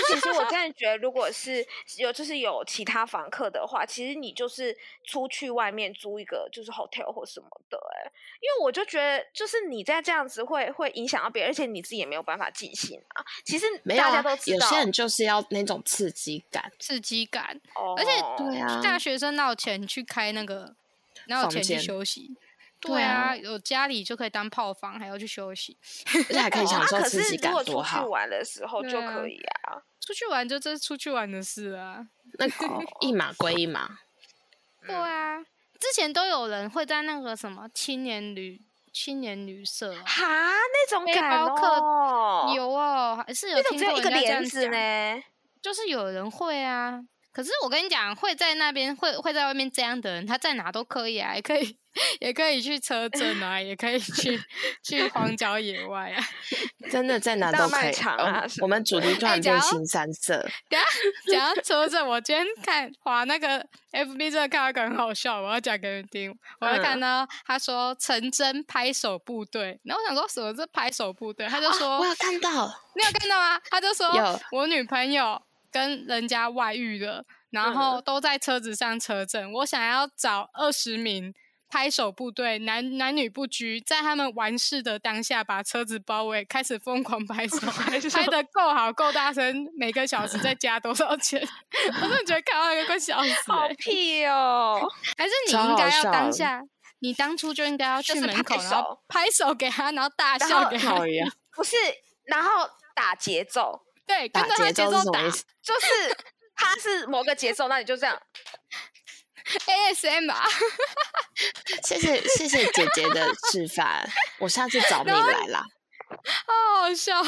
Speaker 2: 其实我真的觉得，如果是有就是有其他房客的话，其实你就是出去外面租一个就是 hotel 或什么的、欸，因为我就觉得就是你在这样子会会影响到别人，而且你自己也没有办法尽兴啊。其实
Speaker 1: 没有
Speaker 2: 大家
Speaker 1: 啊
Speaker 2: 都，知
Speaker 1: 有
Speaker 2: 道，
Speaker 1: 些人就是要那种刺激感。
Speaker 3: 刺激感。
Speaker 2: 哦、
Speaker 3: 而且
Speaker 1: 对啊，
Speaker 3: 大学生哪有钱去开那个，哪有
Speaker 1: 房
Speaker 3: 钱去
Speaker 1: 间
Speaker 3: 休息？
Speaker 1: 对
Speaker 3: 对
Speaker 1: 啊
Speaker 3: 啊，有家里就可以当炮房，还要去休息。
Speaker 1: 而且还可以
Speaker 2: 哦啊
Speaker 1: 享受
Speaker 2: 可
Speaker 1: 刺
Speaker 2: 是
Speaker 1: 激
Speaker 2: 如
Speaker 1: 感
Speaker 2: 果，
Speaker 1: 多
Speaker 2: 出去
Speaker 1: 好！
Speaker 2: 玩的时候就
Speaker 3: 对啊
Speaker 2: 可以啊。
Speaker 3: 出去玩就这是出去玩的事啊。
Speaker 1: 那个哦一码归一码，
Speaker 2: 嗯
Speaker 3: 对啊，之前都有人会在那个什么青年旅青年旅社啊、
Speaker 2: 哈，那种
Speaker 3: 背
Speaker 2: 感
Speaker 3: 包客
Speaker 2: 哦，
Speaker 3: 有哦，是有
Speaker 2: 那种
Speaker 3: 听
Speaker 2: 只有
Speaker 3: 过
Speaker 2: 一个
Speaker 3: 人家这样
Speaker 2: 帘子
Speaker 3: 讲
Speaker 2: 呢。
Speaker 3: 就是有人会啊。可是我跟你讲，会在那边会会在外面这样的人，他在哪都可以啊，也可以也可以去车震啊，也可以去去荒郊野外啊。
Speaker 1: 真的 在哪
Speaker 2: 大
Speaker 1: 都可
Speaker 2: 卖
Speaker 1: 以。
Speaker 2: 场
Speaker 1: 哦
Speaker 2: 啊什
Speaker 1: 我们主题突
Speaker 3: 哎
Speaker 1: 然
Speaker 3: 假
Speaker 1: 变
Speaker 3: 如
Speaker 1: 新三色，
Speaker 3: 等一下讲到车震，我今天看哇那个 FB 真的看到一个很好笑，我要讲给你听。我就看到他说陈真拍手部队，然后我想说什么是拍手部队，他就
Speaker 2: 哦
Speaker 3: 说、
Speaker 1: 啊我有看到，
Speaker 3: 你有看到吗？他就说
Speaker 1: 有
Speaker 3: 我女朋友跟人家外遇了，然后
Speaker 1: 嗯
Speaker 3: 都在车子上车震。我想要找二十名拍手部队，男男女不拘，在他们完事的当下把车子包围，开始疯狂 拍手，拍的够好够大声，每个小时再加多少钱？ 我真的觉得看到那个快笑死、
Speaker 2: 好
Speaker 3: 欸。
Speaker 2: 屁哦！
Speaker 3: 还是你
Speaker 1: 超
Speaker 3: 应该
Speaker 1: 好
Speaker 3: 要
Speaker 1: 笑
Speaker 3: 当下。你当初就应该要
Speaker 2: 就
Speaker 3: 去
Speaker 2: 是
Speaker 3: 门
Speaker 2: 拍
Speaker 3: 口，然后
Speaker 2: 手
Speaker 3: 拍手给他，然后大
Speaker 2: 然
Speaker 3: 笑
Speaker 2: 后
Speaker 3: 给他，
Speaker 1: 讨厌，
Speaker 2: 不是，然后打节奏，
Speaker 3: 对，跟
Speaker 1: 打
Speaker 3: 着他
Speaker 1: 节
Speaker 3: 节
Speaker 1: 奏是
Speaker 3: 奏
Speaker 1: 什
Speaker 3: 打
Speaker 1: 么意思？
Speaker 2: 就是它是某个节奏，那你就这样。
Speaker 3: ASM 啊。
Speaker 1: 谢谢谢谢姐姐的示范，我下 次找你来啦。
Speaker 3: 好好笑，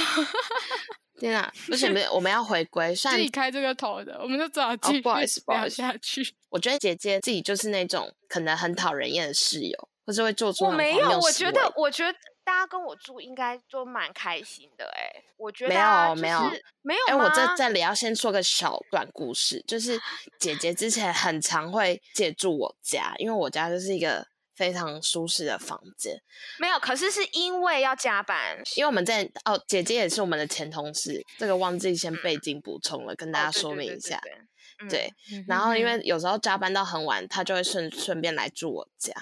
Speaker 1: 天啊，不是不是，我们要回归。虽
Speaker 3: 自
Speaker 1: 然
Speaker 3: 己开这个头的，我们就只好继续
Speaker 1: 不好意思不好
Speaker 3: 聊
Speaker 1: 意思
Speaker 3: 下去。
Speaker 1: 我觉得姐姐自己就是那种可能很讨人厌的室友，或是会做出
Speaker 2: 我
Speaker 1: 很
Speaker 2: 没
Speaker 1: 荒
Speaker 2: 有，
Speaker 1: 谬
Speaker 2: 我
Speaker 1: 行
Speaker 2: 觉
Speaker 1: 为
Speaker 2: 得，我觉得大家跟我住应该都蛮开心的哎、我觉
Speaker 1: 没
Speaker 2: 得啊、
Speaker 1: 有
Speaker 2: 就
Speaker 1: 没有
Speaker 2: 是没
Speaker 1: 哎、
Speaker 2: 有吗，
Speaker 1: 我这这里要先说个小短故事， 就是姐姐之前很常会借住我家，因为我家就是一个非常舒适的房间。
Speaker 2: 没有，可是是因为要加班，
Speaker 1: 因为我们在哦，姐姐也是我们的前同事，这个忘记先背景补充了，跟大
Speaker 2: 嗯哦
Speaker 1: 家
Speaker 2: 对
Speaker 1: 说
Speaker 2: 对
Speaker 1: 明
Speaker 2: 对
Speaker 1: 一
Speaker 2: 对
Speaker 1: 下。
Speaker 2: 对嗯
Speaker 1: 对，然后因为有时候加班到很晚，他就会顺顺便来住我家。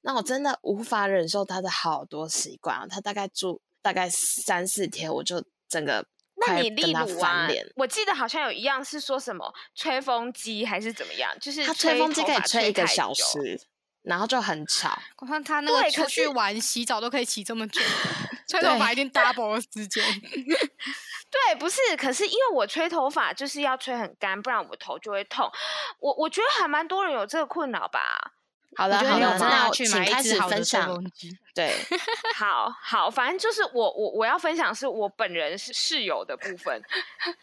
Speaker 1: 那我真的无法忍受他的好多习惯啊！他大概住大概三四天，我就整个
Speaker 2: 那
Speaker 1: 快
Speaker 2: 你
Speaker 1: 跟
Speaker 2: 例
Speaker 1: 他
Speaker 2: 如啊
Speaker 1: 翻脸。，
Speaker 2: 我记得好像有一样是说什么吹风机还是怎么样，就是
Speaker 1: 他吹风机
Speaker 2: 头
Speaker 1: 可以
Speaker 2: 发
Speaker 1: 吹一个
Speaker 2: 太久
Speaker 1: 小时，然后就很吵。
Speaker 3: 我看他那个
Speaker 2: 对
Speaker 3: 出
Speaker 2: 可
Speaker 3: 去
Speaker 2: 是
Speaker 3: 玩、洗澡都可以洗这么久，吹头发一定 double 的时间。
Speaker 2: 对，不是，可是因为我吹头发就是要吹很干，不然我头就会痛。我我觉得还蛮多人有这个困扰吧。
Speaker 1: 好
Speaker 3: 我
Speaker 1: 了
Speaker 3: 觉
Speaker 1: 好
Speaker 3: 得
Speaker 1: 了，
Speaker 3: 你有真的
Speaker 1: 那
Speaker 3: 要
Speaker 1: 我
Speaker 3: 去
Speaker 1: 请
Speaker 3: 买一
Speaker 1: 开
Speaker 3: 支
Speaker 1: 始
Speaker 3: 好的
Speaker 1: 分
Speaker 3: 吹
Speaker 1: 享。
Speaker 3: 风机。
Speaker 1: 对，
Speaker 2: 好好，反正就是我我我要分享是我本人是室友的部分，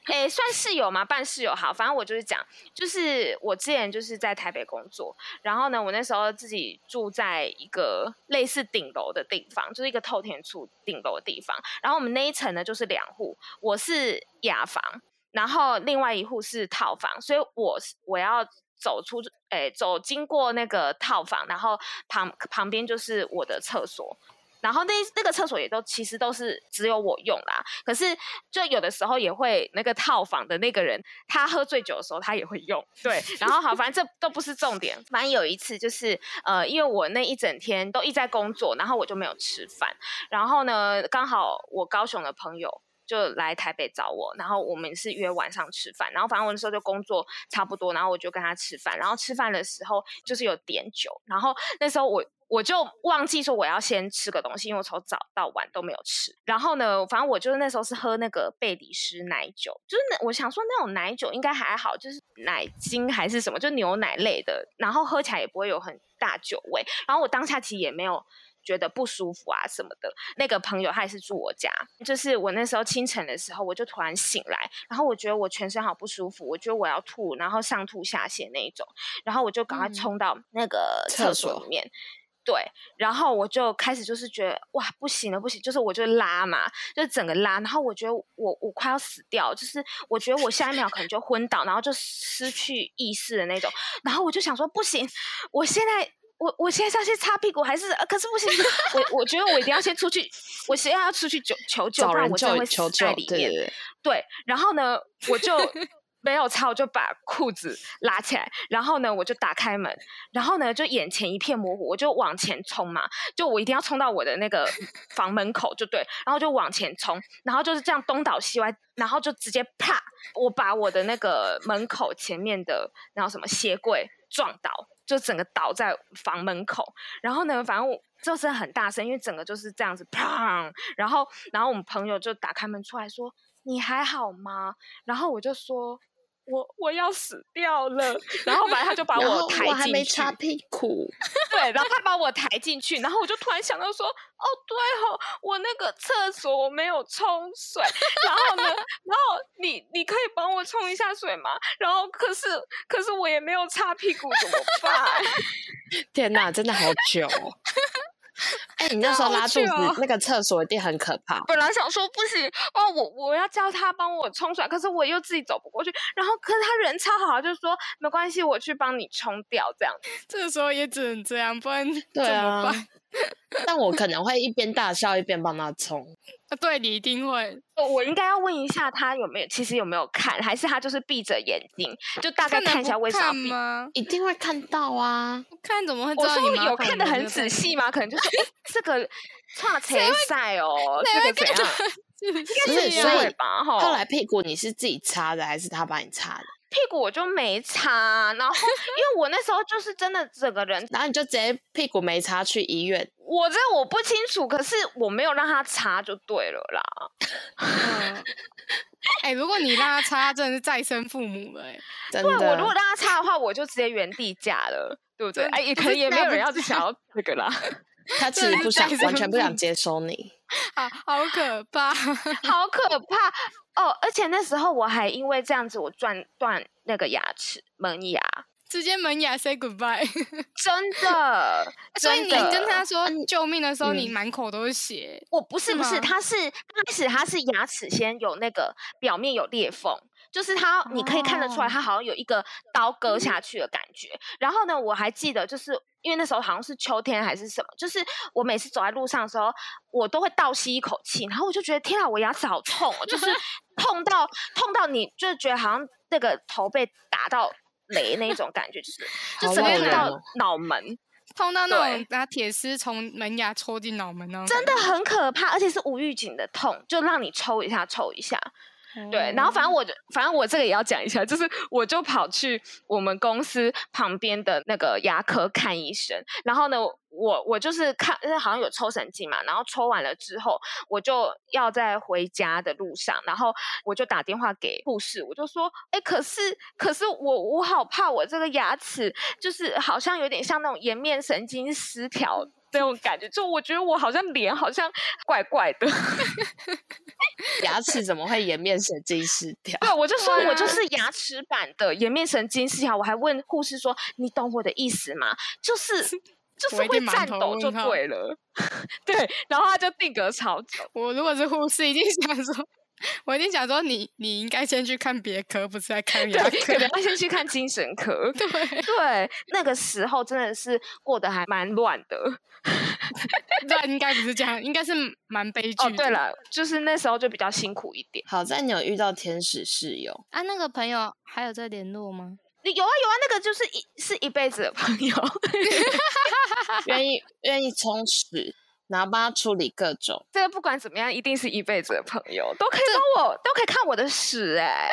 Speaker 2: 诶，算室友吗？半室友好，反正我就是讲，就是我之前就是在台北工作，然后呢，我那时候自己住在一个类似顶楼的地方，就是一个透天处顶楼的地方，然后我们那一层呢就是两户，我是雅房，然后另外一户是套房，所以我是我要走出，诶、走经过那个套房，然后旁旁边就是我的厕所。然后那那个厕所也都其实都是只有我用啦，可是就有的时候也会那个套房的那个人，他喝醉酒的时候他也会用，对。然后好，反正这都不是重点。反正有一次就是呃，因为我那一整天都一直在工作，然后我就没有吃饭。然后呢，刚好我高雄的朋友就来台北找我，然后我们是约晚上吃饭，然后反正我那时候就工作差不多，然后我就跟他吃饭，然后吃饭的时候就是有点酒，然后那时候我。我就忘记说我要先吃个东西，因为我从早到晚都没有吃。然后呢，反正我就是那时候是喝那个贝里斯奶酒，就是那我想说那种奶酒应该还好，就是奶精还是什么，就牛奶类的，然后喝起来也不会有很大酒味。然后我当下其实也没有觉得不舒服啊什么的。那个朋友他也是住我家，就是我那时候清晨的时候，我就突然醒来，然后我觉得我全身好不舒服，我觉得我要吐，然后上吐下泻那一种，然后我就赶快
Speaker 3: 嗯
Speaker 2: 冲到那个
Speaker 1: 厕
Speaker 2: 厕所
Speaker 1: 所
Speaker 2: 里面。对，然后我就开始就是觉得哇不行了不行，就是我就拉嘛，就是整个拉，然后我觉得我我快要死掉，就是我觉得我下一秒可能就昏倒，然后就失去意识的那种，然后我就想说不行，我现在。我我现在是要去擦屁股还是？呃可是不行，我我觉得我一定要先出去，我现在要出去求求救，
Speaker 1: 找
Speaker 2: 不然
Speaker 1: 人
Speaker 2: 我真的
Speaker 1: 救
Speaker 2: 会
Speaker 1: 求
Speaker 2: 死
Speaker 1: 救
Speaker 2: 在，里
Speaker 1: 对对
Speaker 2: 面。
Speaker 1: 对，
Speaker 2: 对，然后呢，我就没有擦，我就把裤子拉起来，然后呢，我就打开门，然后呢，就眼前一片模糊，我就往前冲嘛，就我一定要冲到我的那个房门口，就对，然后就往前冲，然后就是这样东倒西歪，然后就直接啪，我把我的那个门口前面的然后什么鞋柜撞倒，就整个倒在房门口，然后呢，反正我这声很大声，因为整个就是这样子，砰！然后，然后我们朋友就打开门出来说：“你还好吗？”然后我就说：“我我要死掉了。” 然后反正他就把
Speaker 1: 然后
Speaker 2: 我抬
Speaker 1: 我还
Speaker 2: 进
Speaker 1: 没
Speaker 2: 去
Speaker 1: 擦屁股，
Speaker 2: 对，然后他把我抬进去，然后我就突然想到说，哦，对哦，我那个厕所我没有冲水，然后呢，然后你你可以帮我冲一下水吗？然后可是可是我也没有擦屁股，怎么办？
Speaker 1: 天哪，真的好久哦。哎、你那时候
Speaker 2: 好
Speaker 1: 拉肚
Speaker 2: 久
Speaker 1: 子
Speaker 2: 哦，
Speaker 1: 那个厕所一定很可 怕。
Speaker 2: 本来想说不行哦，我我要叫他帮我冲出来，可是我又自己走不过去。然后可是他人超好，啊就说没关系，我去帮你冲掉这样。
Speaker 3: 这个时候也只能这样，不然
Speaker 1: 对
Speaker 3: 怎么
Speaker 1: 啊
Speaker 3: 办？，
Speaker 1: 但我可能会一边大笑一边帮他冲。
Speaker 3: 啊对你一定会
Speaker 2: 呃我应该要问一下他有没有，其实有没有看，还是他就是闭着眼睛，就大概
Speaker 3: 看得
Speaker 2: 看一下
Speaker 3: 不
Speaker 2: 为什么要
Speaker 3: 看
Speaker 2: 闭
Speaker 3: 吗？
Speaker 1: 一定会看到啊！
Speaker 3: 不看怎么会知
Speaker 2: 我
Speaker 3: 道
Speaker 2: 说
Speaker 3: 你妈
Speaker 2: 有
Speaker 3: 看
Speaker 2: 看得
Speaker 3: 你
Speaker 2: 很
Speaker 3: 就
Speaker 2: 仔
Speaker 3: 在
Speaker 2: 细吗？可能就说，哎，这个差钱赛哦，
Speaker 3: 谁
Speaker 2: 这
Speaker 3: 会
Speaker 2: 个怎
Speaker 3: 看
Speaker 2: 样？
Speaker 3: 仔细
Speaker 1: 不是，
Speaker 2: 应
Speaker 1: 所
Speaker 2: 该
Speaker 1: 以
Speaker 2: 会吧吼
Speaker 1: 后来屁股你是自己擦的还是他帮你擦的？
Speaker 2: 屁股我就没擦，然后因为我那时候就是真的整个人，
Speaker 1: 然后你就直接屁股没擦去医院，
Speaker 2: 我这我不清楚，可是我没有让他擦就对了啦。
Speaker 3: 嗯 哎、如果你让他擦，真的是再生父母了、哎，
Speaker 1: 真
Speaker 2: 对，啊我如果
Speaker 1: 的。
Speaker 2: 让他擦的话，我就直接原地嫁了。对不对？
Speaker 3: 真
Speaker 2: 哎，也
Speaker 3: 不
Speaker 2: 可能
Speaker 3: 是
Speaker 2: 也没
Speaker 3: 嫁
Speaker 2: 有
Speaker 3: 不
Speaker 2: 人要想要这个啦。
Speaker 1: 他其实不想
Speaker 3: 真的是带，
Speaker 1: 完全不
Speaker 3: 生
Speaker 1: 想
Speaker 2: 嗯
Speaker 3: 病
Speaker 1: 接收你。
Speaker 3: 好好可怕！
Speaker 2: 好可怕哦！而且那时候我还因为这样子，我断断那个牙齿门牙，
Speaker 3: 直接门牙 say goodbye。，
Speaker 2: 真的
Speaker 3: 所以
Speaker 2: 真
Speaker 3: 你
Speaker 2: 的
Speaker 3: 跟他说救命的时候，你
Speaker 1: 嗯
Speaker 3: 满口都是血。
Speaker 2: 我不是
Speaker 3: 是
Speaker 2: 不是，
Speaker 3: 吗
Speaker 2: 它是开始它是牙齿先有那个表面有裂缝，就是它你可以看得出来，它好像有一个刀割下去的感觉。然后呢，我还记得就是。因为那时候好像是秋天还是什么，就是我每次走在路上的时候，我都会倒吸一口气，然后我就觉得天啊，我牙齿好痛哦，就是痛到痛到你就觉得好像那个头被打到雷那种感觉，就是就
Speaker 1: 好
Speaker 2: 整个
Speaker 3: 老
Speaker 2: 痛
Speaker 3: 人
Speaker 2: 到
Speaker 1: 哦
Speaker 2: 脑门，
Speaker 3: 碰到那种
Speaker 2: 对
Speaker 3: 拿铁丝从门牙戳进脑门那种
Speaker 2: 真
Speaker 3: 感
Speaker 2: 的很可怕，而且是无预警的痛，就让你抽一下抽一下。
Speaker 3: 觉，
Speaker 1: 哦
Speaker 3: 的
Speaker 2: 对，然后反正我就，反正我这个也要讲一下，就是我就跑去我们公司旁边的那个牙科看医生，然后呢，我我就是看，因为好像有抽神经嘛，然后抽完了之后，我就要在回家的路上，然后我就打电话给护士，我就说，哎，可是可是我我好怕我这个牙齿就是好像有点像那种颜面神经失调。那种感觉，就我觉得我好像脸好像怪怪的，
Speaker 1: 牙齿怎么会颜面神经失调？
Speaker 2: 对，我就说
Speaker 3: 对
Speaker 2: 我就
Speaker 3: 啊
Speaker 2: 是牙齿版的颜面神经失调，我还问护士说：“你懂我的意思吗？”就是 就是
Speaker 3: 我一
Speaker 2: 会
Speaker 3: 定满
Speaker 2: 颤
Speaker 3: 头
Speaker 2: 抖
Speaker 3: 问
Speaker 2: 就
Speaker 3: 号
Speaker 2: 对了， 对，然后他就定格超久，
Speaker 3: 我如果是护士，一定想说， 我一定想说你你应该先去看别科，不是在看牙
Speaker 2: 对，可能
Speaker 3: 科。
Speaker 2: 要先去看精神科。
Speaker 3: 对，
Speaker 2: 对，那个时候真的是过得还蛮乱的。
Speaker 3: 那应该不是这样，应该是蛮悲剧。
Speaker 2: 哦，对，了，就是那时候就比较辛苦一点。
Speaker 1: 好在你有遇到天使室友，
Speaker 3: 啊，那个朋友还有在联络吗？
Speaker 2: 有啊有啊，那个就是一是一辈子的朋友。
Speaker 1: 愿意愿意充实，然后帮他处理各种。
Speaker 2: 这个不管怎么样，一定是一辈子的朋友，都可以帮我，都可以看我的屎哎、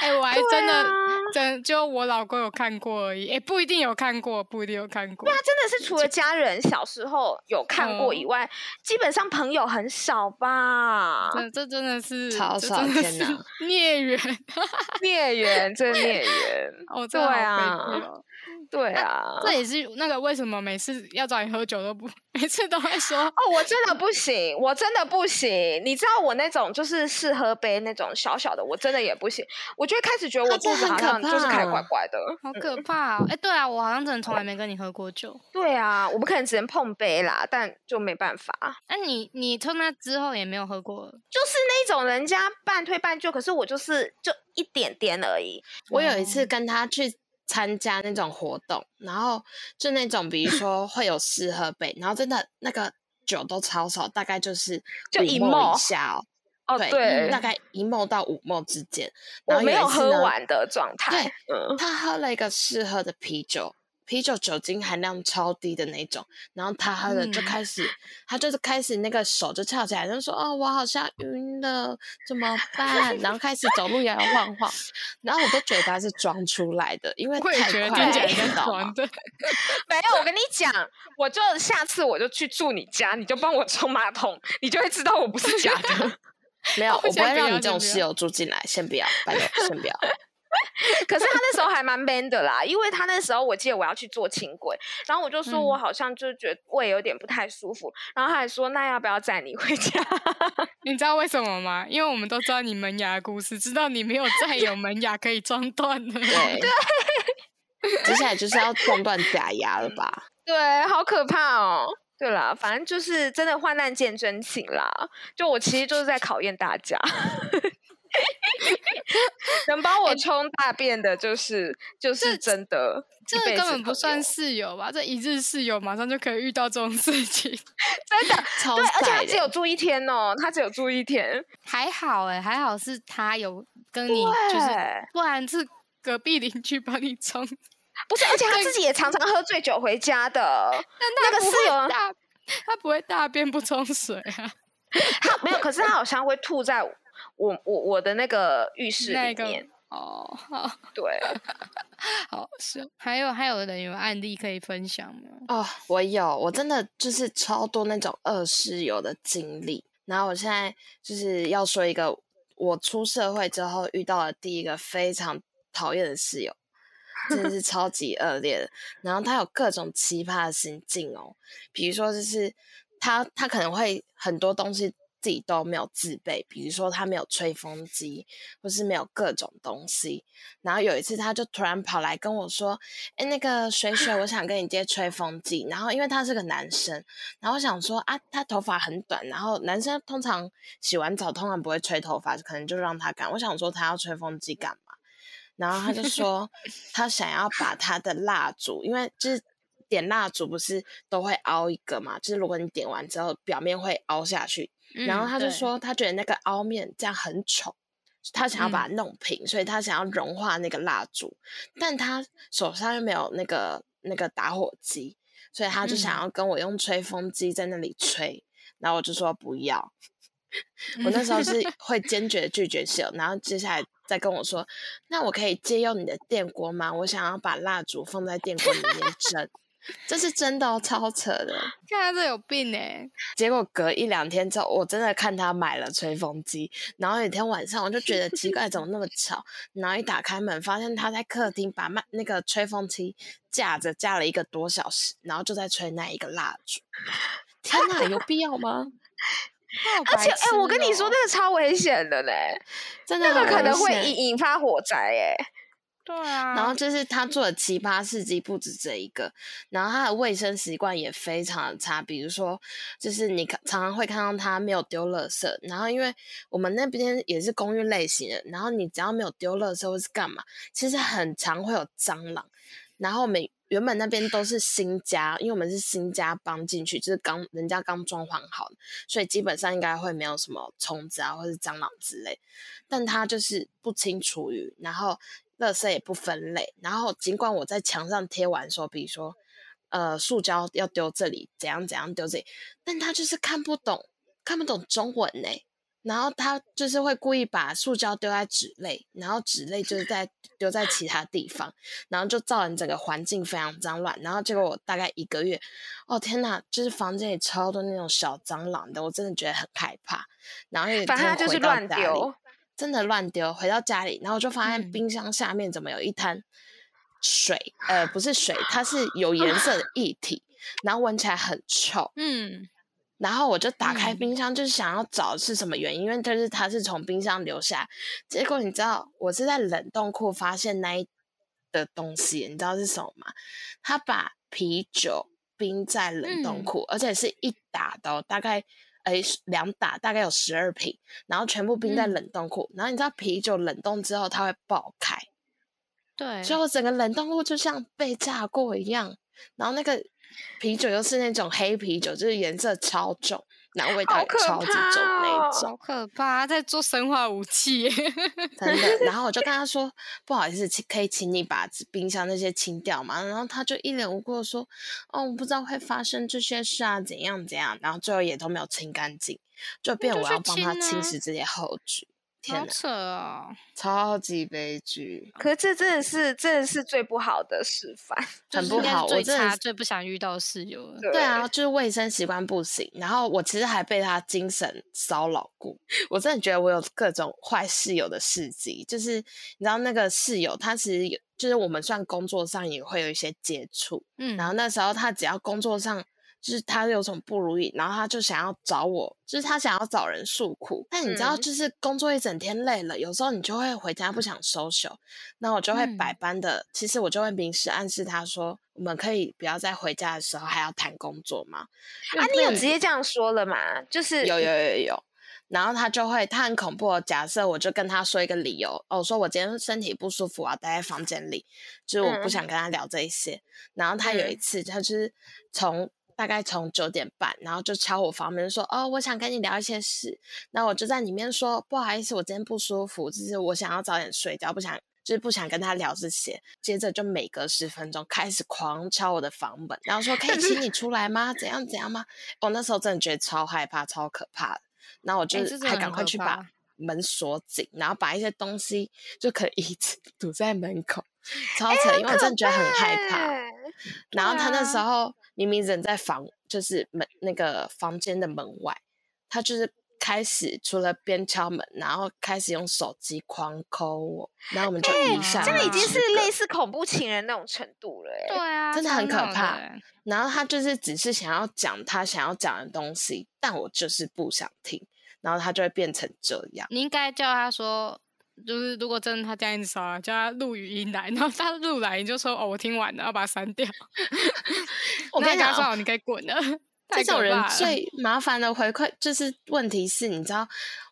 Speaker 3: 哎、我还真的、
Speaker 2: 对啊
Speaker 3: 真就我老公有看过而已，哎、不一定有看过，不一定有看过。
Speaker 2: 他真的是除了家人小时候有看过以外，基本上朋友很少吧。
Speaker 3: 这这真的是
Speaker 1: 超
Speaker 3: 这
Speaker 1: 少
Speaker 3: 真的
Speaker 1: 天
Speaker 3: 是
Speaker 1: 哪
Speaker 3: 孽缘！
Speaker 2: 孽缘，真孽缘。
Speaker 3: 哦，真
Speaker 2: 对
Speaker 3: 的好悲
Speaker 2: 啊
Speaker 3: 剧哦
Speaker 2: 对啊，
Speaker 3: 这也是那个为什么每次要找你喝酒都不，每次都会 说
Speaker 2: 哦，我真的不行，我真的不行。你知道我那种就是试喝杯那种小小的，我真的也不行。我就会开始觉得
Speaker 1: 啊
Speaker 2: 我
Speaker 1: 这
Speaker 2: 肚子
Speaker 1: 很
Speaker 2: 好
Speaker 1: 可
Speaker 2: 像就是开
Speaker 1: 怕
Speaker 2: 怪怪的。
Speaker 3: 好可怕哦！哎、对啊，我好像真的从来没跟你喝过酒。
Speaker 2: 对啊，我们可能只能碰杯啦，但就没办法。
Speaker 3: 那、你你从那之后也没有喝过了，
Speaker 2: 就是那种人家半推半就，可是我就是就一点点而已。
Speaker 1: 我有一次
Speaker 2: 哦
Speaker 1: 跟他去参加那种活动，然后就那种比如说会有试喝杯，然后真的那个酒都超少，大概就是
Speaker 2: 就
Speaker 1: 五
Speaker 2: 一
Speaker 1: 沫
Speaker 2: 沫
Speaker 1: 一下哦，
Speaker 2: 哦，
Speaker 1: 对，
Speaker 2: 对
Speaker 1: 大，概一沫到五沫之间。然
Speaker 2: 我
Speaker 1: 后
Speaker 2: 没
Speaker 1: 有
Speaker 2: 有
Speaker 1: 一次
Speaker 2: 喝
Speaker 1: 呢
Speaker 2: 完的状态。嗯，
Speaker 1: 他喝了一个试喝的啤酒，啤酒酒精含量超低的那种，然后他喝了就
Speaker 3: 嗯
Speaker 1: 开始，他就是开始那个手就翘起来，就说：“哦，我好像晕了，怎么办？”然后开始走路摇摇晃晃，然后我都觉得他是装出来的，因为
Speaker 3: 我也
Speaker 1: 太
Speaker 3: 觉得
Speaker 1: 快
Speaker 3: 听起来啊
Speaker 1: 了你知
Speaker 3: 像
Speaker 1: 道吗
Speaker 3: 狂？的。
Speaker 2: 没有，我跟你讲，我就下次我就去住你家，你就帮我冲马桶，你就会知道我不是假的。
Speaker 1: 没有，
Speaker 3: 我
Speaker 1: 我不
Speaker 3: 先
Speaker 1: 会
Speaker 3: 不
Speaker 1: 让
Speaker 3: 要
Speaker 1: 你这
Speaker 3: 先
Speaker 1: 种
Speaker 3: 不
Speaker 1: 室
Speaker 3: 要
Speaker 1: 友住进来，先不要，拜托，先不要。
Speaker 2: 可是他那时候还蛮 man 的啦，因为他那时候我记得我要去坐轻轨，然后我就说我
Speaker 3: 嗯
Speaker 2: 好像就觉得胃有点不太舒服，然后他还说那要不要载你回家？
Speaker 3: 你知道为什么吗？因为我们都知道你门牙的故事，知道你没有再有门牙可以装断 了。
Speaker 1: 对，接下来就是要撞断假牙了吧？
Speaker 2: 对，好可怕哦。对啦，反正就是真的患难见真情啦。就我其实就是在考验大家， 能帮我冲大便的，就是就是真的，
Speaker 3: 哎这
Speaker 2: 一辈
Speaker 3: 根
Speaker 2: 子
Speaker 3: 本不
Speaker 2: 朋
Speaker 3: 算
Speaker 2: 友
Speaker 3: 室友吧？这一日室友马上就可以遇到这种事情，
Speaker 2: 真的。
Speaker 1: 超
Speaker 2: 对，而且他
Speaker 1: 晒
Speaker 2: 只
Speaker 1: 的
Speaker 3: 欸
Speaker 2: 有住一天哦，他只有住一天。
Speaker 3: 还好哎、还好是他有跟你， 就是
Speaker 2: 对
Speaker 3: 不然是隔壁邻居帮你冲，
Speaker 2: 不是，而且他自己也常常喝醉酒回家 的。
Speaker 3: 但
Speaker 2: 那
Speaker 3: 他
Speaker 2: 个
Speaker 3: 不
Speaker 2: 室友
Speaker 3: 会大，他不会大便不冲水啊。
Speaker 2: 他没有，可是他好像会吐在我我我的那个浴室
Speaker 3: 那
Speaker 2: 里
Speaker 3: 个
Speaker 2: 面。
Speaker 3: 哦，好
Speaker 2: 对，
Speaker 3: 好是，还有还有人有案例可以分享吗？
Speaker 1: 哦，我有，我真的就是超多那种二室友的经历。然后我现在就是要说一个，我出社会之后遇到的第一个非常讨厌的室友，真的是超级恶劣的。然后他有各种奇葩的行径哦，比如说就是他他可能会很多东西自己都没有自备，比如说他没有吹风机，或是没有各种东西。然后有一次他就突然跑来跟我说：“哎，那个水水，我想跟你借吹风机。”然后因为他是个男生，然后我想说啊，他头发很短，然后男生通常洗完澡通常不会吹头发，可能就让他干。我想说他要吹风机干嘛？然后他就说他想要把他的蜡烛，因为就是点蜡烛不是都会凹一个嘛，就是如果你点完之后表面会凹下去，然后
Speaker 3: 嗯
Speaker 1: 他就
Speaker 3: 对
Speaker 1: 说他觉得那个凹面这样很丑，他想要把它
Speaker 3: 嗯
Speaker 1: 弄平，所以他想要融化那个蜡烛，但他手上又没有那个那个打火机，所以他就想
Speaker 3: 嗯
Speaker 1: 要跟我用吹风机在那里吹，然后我就说不要。我那时候 是会坚决地拒绝室友，然后接下来再跟我说，那我可以借用你的电锅吗？我想要把蜡烛放在电锅里面蒸，这是真的哦，超扯的。
Speaker 3: 看他这有病哎、
Speaker 1: 结果隔一两天之后，我真的看他买了吹风机，然后有一天晚上我就觉得奇怪，怎么那么吵？然后一打开门，发现他在客厅把麦那个吹风机架着架了一个多小时，然后就在吹那一个蜡烛。天哪，有必要吗？
Speaker 3: 他好
Speaker 2: 而且
Speaker 3: 白
Speaker 2: 哎、我
Speaker 3: 痴
Speaker 2: 跟你说，
Speaker 3: 哦
Speaker 2: 那个超危险的嘞，
Speaker 1: 真的
Speaker 2: 那个
Speaker 1: 很
Speaker 2: 可
Speaker 1: 危
Speaker 2: 能会
Speaker 1: 险
Speaker 2: 引引发火灾哎、
Speaker 3: 对啊，
Speaker 1: 然后就是他做的奇葩事迹不止这一个，然后他的卫生习惯也非常的差，比如说就是你看常常会看到他没有丢垃圾，然后因为我们那边也是公寓类型的，然后你只要没有丢垃圾或是干嘛，其实很常会有蟑螂，然后每原本那边都是新家，因为我们是新家搬进去，就是刚人家刚装潢好的，所以基本上应该会没有什么虫子啊或是蟑螂之类。但他就是不清厨余，然后垃圾也不分类，然后尽管我在墙上贴完说，比如说呃塑胶要丢这里，怎样怎样丢这里，但他就是看不懂，看不懂中文呢、然后他就是会故意把塑胶丢在纸类，然后纸类就是在丢在其他地方，然后就造成整个环境非常脏乱。然后结果我大概一个月，哦天呐，就是房间里超多那种小蟑螂的，我真的觉得很害怕。然后有一
Speaker 2: 反正
Speaker 1: 天
Speaker 2: 他就
Speaker 1: 回
Speaker 2: 是
Speaker 1: 到
Speaker 2: 乱
Speaker 1: 家里
Speaker 2: 丢。
Speaker 1: 真的乱丢。回到家里，然后我就发现
Speaker 3: 嗯
Speaker 1: 冰箱下面怎么有一滩水，呃，不是水，它是有颜色的液体，然后闻起来很臭。
Speaker 3: 嗯，
Speaker 1: 然后我就打开
Speaker 3: 嗯
Speaker 1: 冰箱，就是想要找是什么原因，因为就是它是从冰箱流下来。结果你知道，我是在冷冻库发现那一的东西，你知道是什么吗？他把啤酒冰在冷冻
Speaker 3: 嗯
Speaker 1: 库，而且是一打的、哦，大概诶两打，大概有十二瓶，然后全部冰在
Speaker 3: 嗯
Speaker 1: 冷冻库。然后你知道啤酒冷冻之后它会爆开，
Speaker 3: 对，啊
Speaker 1: 所以我整个冷冻库就像被炸过一样。然后那个啤酒又是那种黑啤酒，就是颜色超重，然后味道
Speaker 2: 好
Speaker 1: 也
Speaker 2: 可
Speaker 1: 超级重的那一
Speaker 2: 怕哦
Speaker 1: 种，
Speaker 3: 好可怕，他在做生化武器耶。
Speaker 1: 真的。然后我就 跟他说：“不好意思，请可以请你把冰箱那些清掉吗？”然后他就一脸无辜的说：“哦，我不知道会发生这些事啊，怎样怎样。”然后最后也都没有清干净，就变
Speaker 3: 就
Speaker 1: 我
Speaker 3: 去
Speaker 1: 要帮他
Speaker 3: 清
Speaker 1: 清
Speaker 3: 啊
Speaker 1: 洗这些后局。天
Speaker 3: 好
Speaker 1: 哪，
Speaker 3: 扯哦！
Speaker 1: 超级悲剧，
Speaker 2: 可是这真的是真的是最不好的示范。
Speaker 3: 就
Speaker 1: 很
Speaker 3: 是
Speaker 1: 不
Speaker 3: 应该是
Speaker 1: 好。我
Speaker 3: 最
Speaker 1: 真的
Speaker 3: 差、
Speaker 1: 是
Speaker 3: 最不想遇到的室友了。
Speaker 1: 对啊，，就是卫生习惯不行。然后我其实还被他精神骚扰过，我真的觉得我有各种坏室友的事迹。就是你知道那个室友，他其实有，就是我们算工作上也会有一些接触。
Speaker 3: 嗯，
Speaker 1: 然后那时候他只要工作上就是他有什么不如意，然后他就想要找我，就是他想要找人诉苦。但你知道，
Speaker 2: 嗯
Speaker 1: 就是工作一整天累了，有时候你就会回家不想收手，那我就会百
Speaker 3: 嗯
Speaker 1: 般的，其实我就会明示暗示他说，我们可以不要在回家的时候还要谈工作吗？因
Speaker 2: 啊
Speaker 1: 为，
Speaker 2: 你有
Speaker 1: 对
Speaker 2: 直接这样说了吗？就是
Speaker 1: 有有有有。然后他就会，他很恐怖、哦。假设我就跟他说一个理由，哦，我说我今天身体不舒服，我要待在房间里，就是我不
Speaker 2: 嗯
Speaker 1: 想跟他聊这一些。然后他有一
Speaker 2: 嗯
Speaker 1: 次，他就是从大概从九点半，然后就敲我房门说：“哦，我想跟你聊一些事。”那我就在里面说：“不好意思，我今天不舒服，就是我想要早点睡觉，不想就是不想跟他聊这些。”接着就每隔十分钟开始狂敲我的房门，然后说：“可以请你出来吗？怎样怎样吗？”我、哦那时候真的觉得超害怕、超可怕的。然后我就
Speaker 3: 哎
Speaker 1: 是
Speaker 3: 这真的
Speaker 1: 还
Speaker 3: 很
Speaker 1: 赶快
Speaker 3: 可
Speaker 1: 去
Speaker 3: 怕
Speaker 1: 把门锁紧，然后把一些东西就可能椅子 堵在门口，超扯，因为我真的觉得很害怕。
Speaker 2: 对
Speaker 1: 然后他那时
Speaker 3: 啊
Speaker 1: 候明明人在房，就是门那个房间的门外，他就是开始除了边敲门，然后开始用手机狂抠我，然后我们就一下、
Speaker 2: 这
Speaker 3: 样
Speaker 2: 个已经是类
Speaker 1: 累。
Speaker 2: 似恐怖情人那种程度了、欸。
Speaker 3: 对啊，
Speaker 1: 真的很
Speaker 3: 超
Speaker 1: 可
Speaker 3: 闹
Speaker 1: 怕
Speaker 3: 欸
Speaker 1: 然后他就是只是想要讲他想要讲的东西，但我就是不想听，然后他就会变成这样。
Speaker 3: 你应该叫他说，就是如果真的他这样子骚啊扰，叫他录语音来，然后他录来你就说哦，我听完了，要把它删掉。
Speaker 1: 我
Speaker 3: 那
Speaker 1: 跟你
Speaker 3: 他
Speaker 1: 讲
Speaker 3: 说
Speaker 1: 哦，
Speaker 3: 哦你可以滚了。
Speaker 1: 这
Speaker 3: 太
Speaker 1: 种
Speaker 3: 可
Speaker 1: 人
Speaker 3: 怕了
Speaker 1: 最麻烦的回馈就是问题是，你知道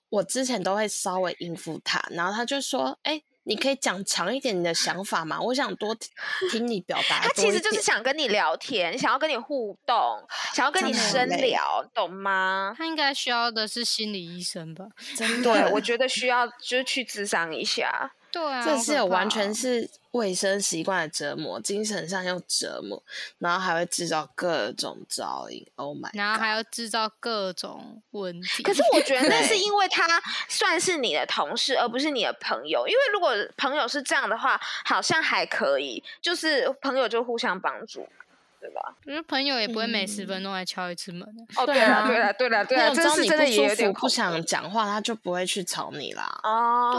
Speaker 1: 我之前都会稍微应付他，然后他就说：“哎、你可以讲长一点你的想法嘛，我想多听听你表 达。”
Speaker 2: 他其实就是想跟你聊天，想要跟你互动，想要跟
Speaker 1: 真
Speaker 2: 你
Speaker 1: 的很
Speaker 2: 深
Speaker 1: 累
Speaker 2: 聊，懂吗？
Speaker 3: 他应该需要的是心理医 生吧？
Speaker 1: 针
Speaker 2: 对，我觉得需要就是去智商一下。
Speaker 3: 对啊，
Speaker 1: 这
Speaker 3: 好
Speaker 1: 是
Speaker 3: 可
Speaker 1: 有
Speaker 3: 怕
Speaker 1: 完全
Speaker 3: 哦
Speaker 1: 是卫生习惯的折磨，精神上又折磨，然后还会制造各种噪音。Oh my！
Speaker 3: 然后还要制造各种问 题。
Speaker 2: 可是我觉得那是
Speaker 1: 对
Speaker 2: 因为他算是你的同事，而不是你的朋友。因为如果朋友是这样的话，好像还可以，就是朋友就互相帮助，对吧？
Speaker 3: 我觉得朋友也不会每十
Speaker 1: 嗯
Speaker 3: 分钟来敲一次门的。
Speaker 2: 哦，
Speaker 1: 对
Speaker 2: 啦
Speaker 1: 啊
Speaker 2: 对啦，对啦，对
Speaker 1: 那
Speaker 2: 啦，
Speaker 1: 种
Speaker 2: 这
Speaker 1: 只要
Speaker 2: 是
Speaker 1: 你
Speaker 2: 真的
Speaker 1: 不
Speaker 2: 也
Speaker 1: 舒
Speaker 2: 有点
Speaker 1: 服不
Speaker 2: 恐怖
Speaker 1: 想讲话，他就不会去吵你啦。
Speaker 2: 哦，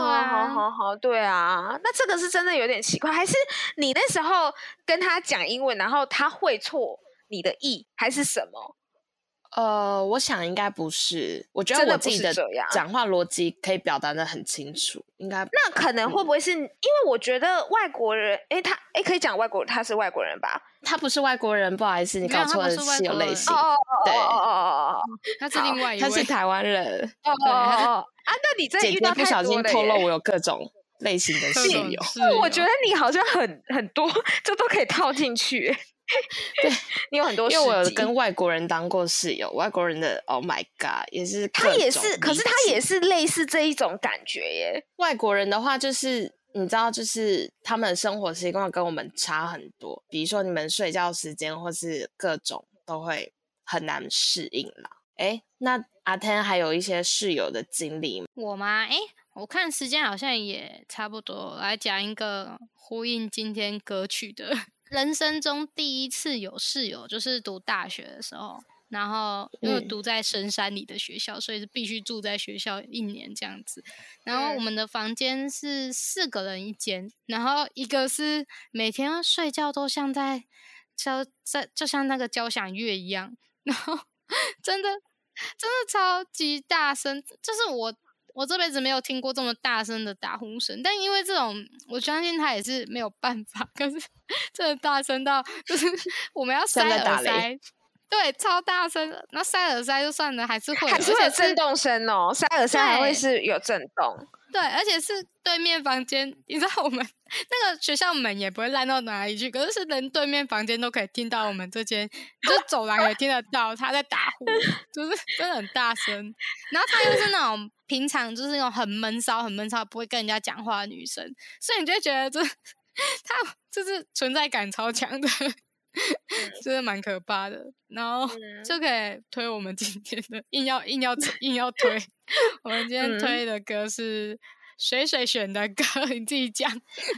Speaker 3: 啊
Speaker 2: 好好好，对啊，那这个是真的有点奇怪，还是你那时候跟他讲英文，然后他会错你的意，还是什么？
Speaker 1: 呃，我想应该不是，我觉
Speaker 2: 真
Speaker 1: 得我
Speaker 2: 的
Speaker 1: 自
Speaker 2: 不
Speaker 1: 己
Speaker 2: 是
Speaker 1: 的
Speaker 2: 这样
Speaker 1: 讲话逻辑可以表达的很清楚，应该
Speaker 2: 那可能会不会是、因为我觉得外国人，诶，他诶，可以讲外国，他是外国人吧？
Speaker 1: 他不是外国人，不好意思，你
Speaker 3: 没有
Speaker 1: 搞
Speaker 3: 他
Speaker 1: 错
Speaker 3: 不
Speaker 1: 了
Speaker 3: 是外
Speaker 1: 室友
Speaker 3: 国
Speaker 1: 类
Speaker 3: 人
Speaker 1: 型
Speaker 2: 哦，哦哦哦
Speaker 1: 对
Speaker 2: 哦哦哦
Speaker 3: 他是另外一
Speaker 1: 他是
Speaker 3: 位，
Speaker 1: 台湾人。
Speaker 2: 哦哦哦哦啊！那你真的
Speaker 1: 姐
Speaker 2: 遇
Speaker 1: 姐
Speaker 2: 到
Speaker 1: 不
Speaker 2: 太
Speaker 1: 小
Speaker 2: 多
Speaker 1: 心
Speaker 2: 了
Speaker 1: 透露
Speaker 2: 耶
Speaker 1: 我有各种类型的
Speaker 3: 各
Speaker 1: 室
Speaker 3: 种
Speaker 1: 友，
Speaker 3: 室
Speaker 2: 那我觉
Speaker 3: 友
Speaker 2: 得你好像很很多，这都可以套进去。
Speaker 1: 对，
Speaker 2: 你有很多事
Speaker 1: 因为
Speaker 2: 迹，
Speaker 1: 我有跟外国人当过室友，外国人的 Oh my God 也是
Speaker 2: 他
Speaker 1: 各
Speaker 2: 也
Speaker 1: 种
Speaker 2: 是，可
Speaker 1: 理
Speaker 2: 是他
Speaker 1: 解
Speaker 2: 也是类似这一种感觉耶。
Speaker 1: 外国人的话，就是你知道，就是他们的生活习惯跟我们差很多，比如说你们睡觉时间或是各种都会很难适应啦。诶，那阿天还有一些室友的经历吗，
Speaker 3: 我吗？诶，我看时间好像也差不多，来讲一个呼应今天 歌曲的。人生中第一次有室友，就是读大学的时候，然后因为我
Speaker 1: 嗯
Speaker 3: 读在深山里的学校，所以是必须住在学校一年这样子。然后我
Speaker 2: 嗯
Speaker 3: 们的房间是四个人一间，然后一个是每天要睡觉都像在交在就像那个交响乐一样，然后 真的真的超级大声，就是我我这辈子没有听过这么大声的打呼声，但因为这种我相信他也是没有办法， 可是真的大声到就是 我们要塞
Speaker 1: 像在打
Speaker 3: 耳
Speaker 1: 雷
Speaker 3: 塞。对，超大声的，那塞耳塞就算了，还是会有，
Speaker 2: 还是
Speaker 3: 而
Speaker 2: 会有
Speaker 3: 且是
Speaker 2: 震动声哦，塞耳塞还
Speaker 3: 对
Speaker 2: 会是有震动，
Speaker 3: 对，而且是对面房间，你知道我们那个学校门也不会烂到哪里去，可是是连对面房间都可以听到我们这间，就是走廊也听得到他在打呼，就是真的很大声。然后她又是那种平常就是那种很闷骚、很闷骚，不会跟人家讲话的女生，所以你就会觉得这她就是存在感超强的， 真的蛮可怕的。然后
Speaker 2: 嗯
Speaker 3: 就可以推我们今天的，硬要硬要硬要推。 我们今天
Speaker 2: 嗯
Speaker 3: 推的歌是水水选的歌， 你自己讲。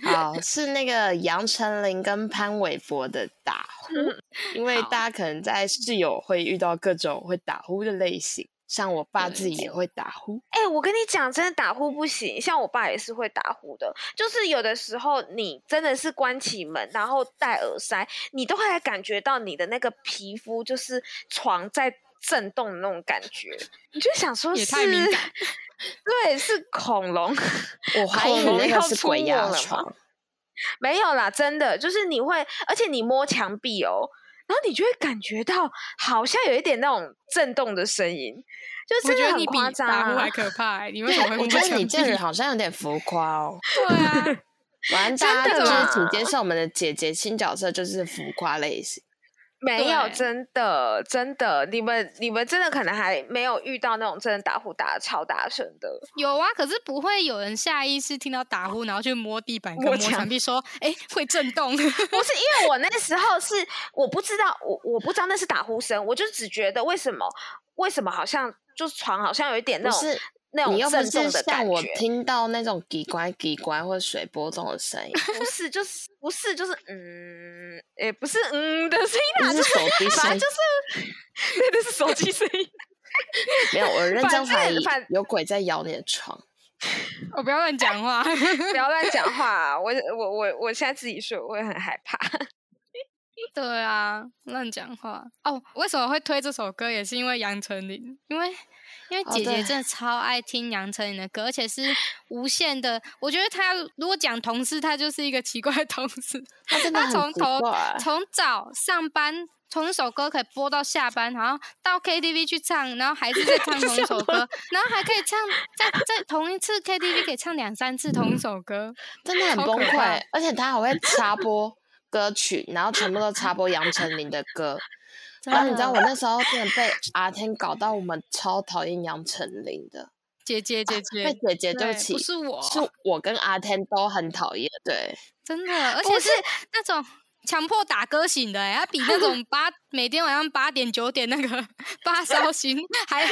Speaker 1: 好，哦是那个杨丞琳跟潘玮柏的打呼，因为
Speaker 3: 好
Speaker 1: 大家可能在室友会遇到各种会打呼的类型，像我爸
Speaker 3: 对
Speaker 1: 自己也会打呼。
Speaker 2: 哎、我跟你讲，真的打呼不行。像我爸也是会打呼的，就是有的时候你真的是关起门，然后戴耳塞，你都会感觉到你的那个皮肤就是床在震动的那种感觉，你就想说
Speaker 3: 也
Speaker 2: 是，
Speaker 3: 太敏感
Speaker 2: 对，是恐龙。
Speaker 1: 我怀疑
Speaker 2: 恐
Speaker 1: 那
Speaker 2: 龙
Speaker 1: 个
Speaker 2: 要
Speaker 1: 是
Speaker 2: 出
Speaker 1: 鬼
Speaker 2: 没
Speaker 1: 压
Speaker 2: 了吗
Speaker 1: 床，
Speaker 2: 没有啦，真的就是你会，而且你摸墙壁哦，然后你就会感觉到好像有一点那种震动的声音，就真
Speaker 3: 我觉
Speaker 2: 的
Speaker 3: 得
Speaker 2: 很
Speaker 3: 你比
Speaker 2: 夸张、
Speaker 3: 打呼
Speaker 2: 啊
Speaker 3: 还。可怕、欸。你 为什么会
Speaker 1: 我
Speaker 3: 摸
Speaker 1: 觉得
Speaker 3: 墙
Speaker 1: 你
Speaker 3: 壁？
Speaker 1: 这 人好像有点浮夸哦。
Speaker 3: 对啊，
Speaker 1: 完，大家就
Speaker 2: 真的
Speaker 1: 是请
Speaker 2: 啦
Speaker 1: 接受我们的姐姐新角色就是浮夸类型。
Speaker 2: 没有，
Speaker 3: 对
Speaker 2: 真的，真的，你们你们真的可能还没有遇到那种真的打呼打的超大声的，
Speaker 3: 有啊，可是不会有人下意识听到打呼，然后去摸地板跟
Speaker 2: 摸
Speaker 3: 摸
Speaker 2: 墙
Speaker 3: 墙壁， 说：“哎、会震动。
Speaker 2: 不是因为我那时候是我不知道，我我不知道那是打呼声，我就只觉得为什么为什么好像就是床好像有一点那
Speaker 1: 不
Speaker 2: 种
Speaker 1: 是
Speaker 2: 那种
Speaker 1: 你又不
Speaker 2: 震
Speaker 1: 是
Speaker 2: 动的感
Speaker 1: 像我
Speaker 2: 觉，
Speaker 1: 听到那种叽呱叽呱或者水波这种声 音，
Speaker 2: 不是就是不是就是嗯，也不是嗯的声音
Speaker 1: 不
Speaker 2: 啦，
Speaker 1: 是
Speaker 2: 就是
Speaker 1: 手机声
Speaker 2: 反正就，是那个是手机声 音。
Speaker 1: 没有，我认真
Speaker 2: 反正
Speaker 1: 怀疑
Speaker 2: 反
Speaker 1: 有鬼在咬你的床。”
Speaker 3: 我哦不要乱讲话。
Speaker 2: 不要乱讲话、啊我我我我现在自己睡，我也很害怕。
Speaker 3: 对啊，乱讲话哦。为什么会推这首歌，也是因为杨丞琳，因为因为
Speaker 1: 哦
Speaker 3: 姐姐
Speaker 1: 对
Speaker 3: 真的超爱听杨丞琳的歌，而且是无限的。我觉得她如果讲同事，她就是一个奇怪的同事。
Speaker 1: 他真的
Speaker 3: 她
Speaker 1: 很
Speaker 3: 从
Speaker 1: 奇
Speaker 3: 头
Speaker 1: 怪，
Speaker 3: 从早上班，同一首歌可以播到下班，然后到 KTV 去唱，然后还是在唱同一首歌，然后还可以唱在在同一次 KTV 可以唱两三次同一首歌。
Speaker 1: 真的很
Speaker 3: 超
Speaker 1: 崩
Speaker 3: 可怕
Speaker 1: 溃，而且他还会插播歌曲，然后全部都插播杨丞琳的 歌。
Speaker 3: 真
Speaker 1: 然后你知道
Speaker 3: 的
Speaker 1: 我那时候真的被阿天搞到，我们超讨厌杨丞琳的。
Speaker 3: 姐姐姐姐，
Speaker 1: 被姐姐对不起
Speaker 3: 不，是我，
Speaker 1: 是我跟阿天都很讨厌，对，
Speaker 3: 真的，而
Speaker 2: 不
Speaker 3: 且是那种强迫打歌型的、欸，他比 那种八每天晚上八点九点那个发 烧型还要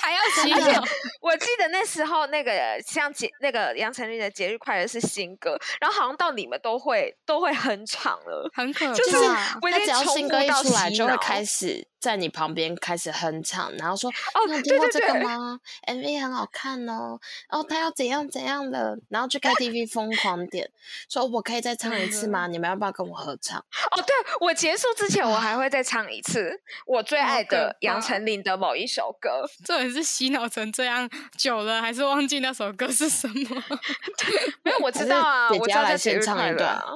Speaker 3: 还要勤
Speaker 1: 真的
Speaker 3: 劳。
Speaker 2: 我记得那时候那个像节那个杨丞琳的《节日快乐》是新歌，然后好像到你们都会都会哼唱了。
Speaker 3: 很
Speaker 1: 嗯
Speaker 3: 可怕，
Speaker 2: 就是我已
Speaker 1: 他
Speaker 2: 经
Speaker 1: 啊只要
Speaker 2: 重
Speaker 1: 新
Speaker 2: 复
Speaker 1: 歌一
Speaker 2: 到
Speaker 1: 出来，
Speaker 2: 洗
Speaker 1: 就会
Speaker 2: 脑
Speaker 1: 开始在你旁边开始哼唱，然后说：“
Speaker 2: 哦
Speaker 1: 你有听
Speaker 2: 对
Speaker 1: 过
Speaker 2: 对
Speaker 1: 这个
Speaker 2: 对
Speaker 1: 吗？MV 很好看哦，哦，他要怎样怎样的。”然后去 KTV 疯狂点，说：“我可以
Speaker 3: 嗯
Speaker 1: 再唱一次
Speaker 3: 真的
Speaker 1: 吗？你们要不要跟我合唱
Speaker 2: 哦，对我结束之前，我还会再唱一次我最
Speaker 3: 好
Speaker 2: 爱
Speaker 3: 可
Speaker 2: 的杨
Speaker 3: 怕
Speaker 2: 丞琳的某一首 歌。
Speaker 3: 这人是洗脑成这样久了，还是忘记那首歌是 什么？
Speaker 2: 没有，我
Speaker 1: 还
Speaker 2: 知
Speaker 1: 是
Speaker 2: 道啊，
Speaker 1: 姐
Speaker 2: 我
Speaker 1: 姐
Speaker 2: 知
Speaker 1: 要
Speaker 2: 道
Speaker 1: 来
Speaker 2: 在《节
Speaker 1: 现
Speaker 2: 日
Speaker 1: 唱
Speaker 2: 快
Speaker 1: 一
Speaker 2: 乐》
Speaker 1: 段
Speaker 2: 啊。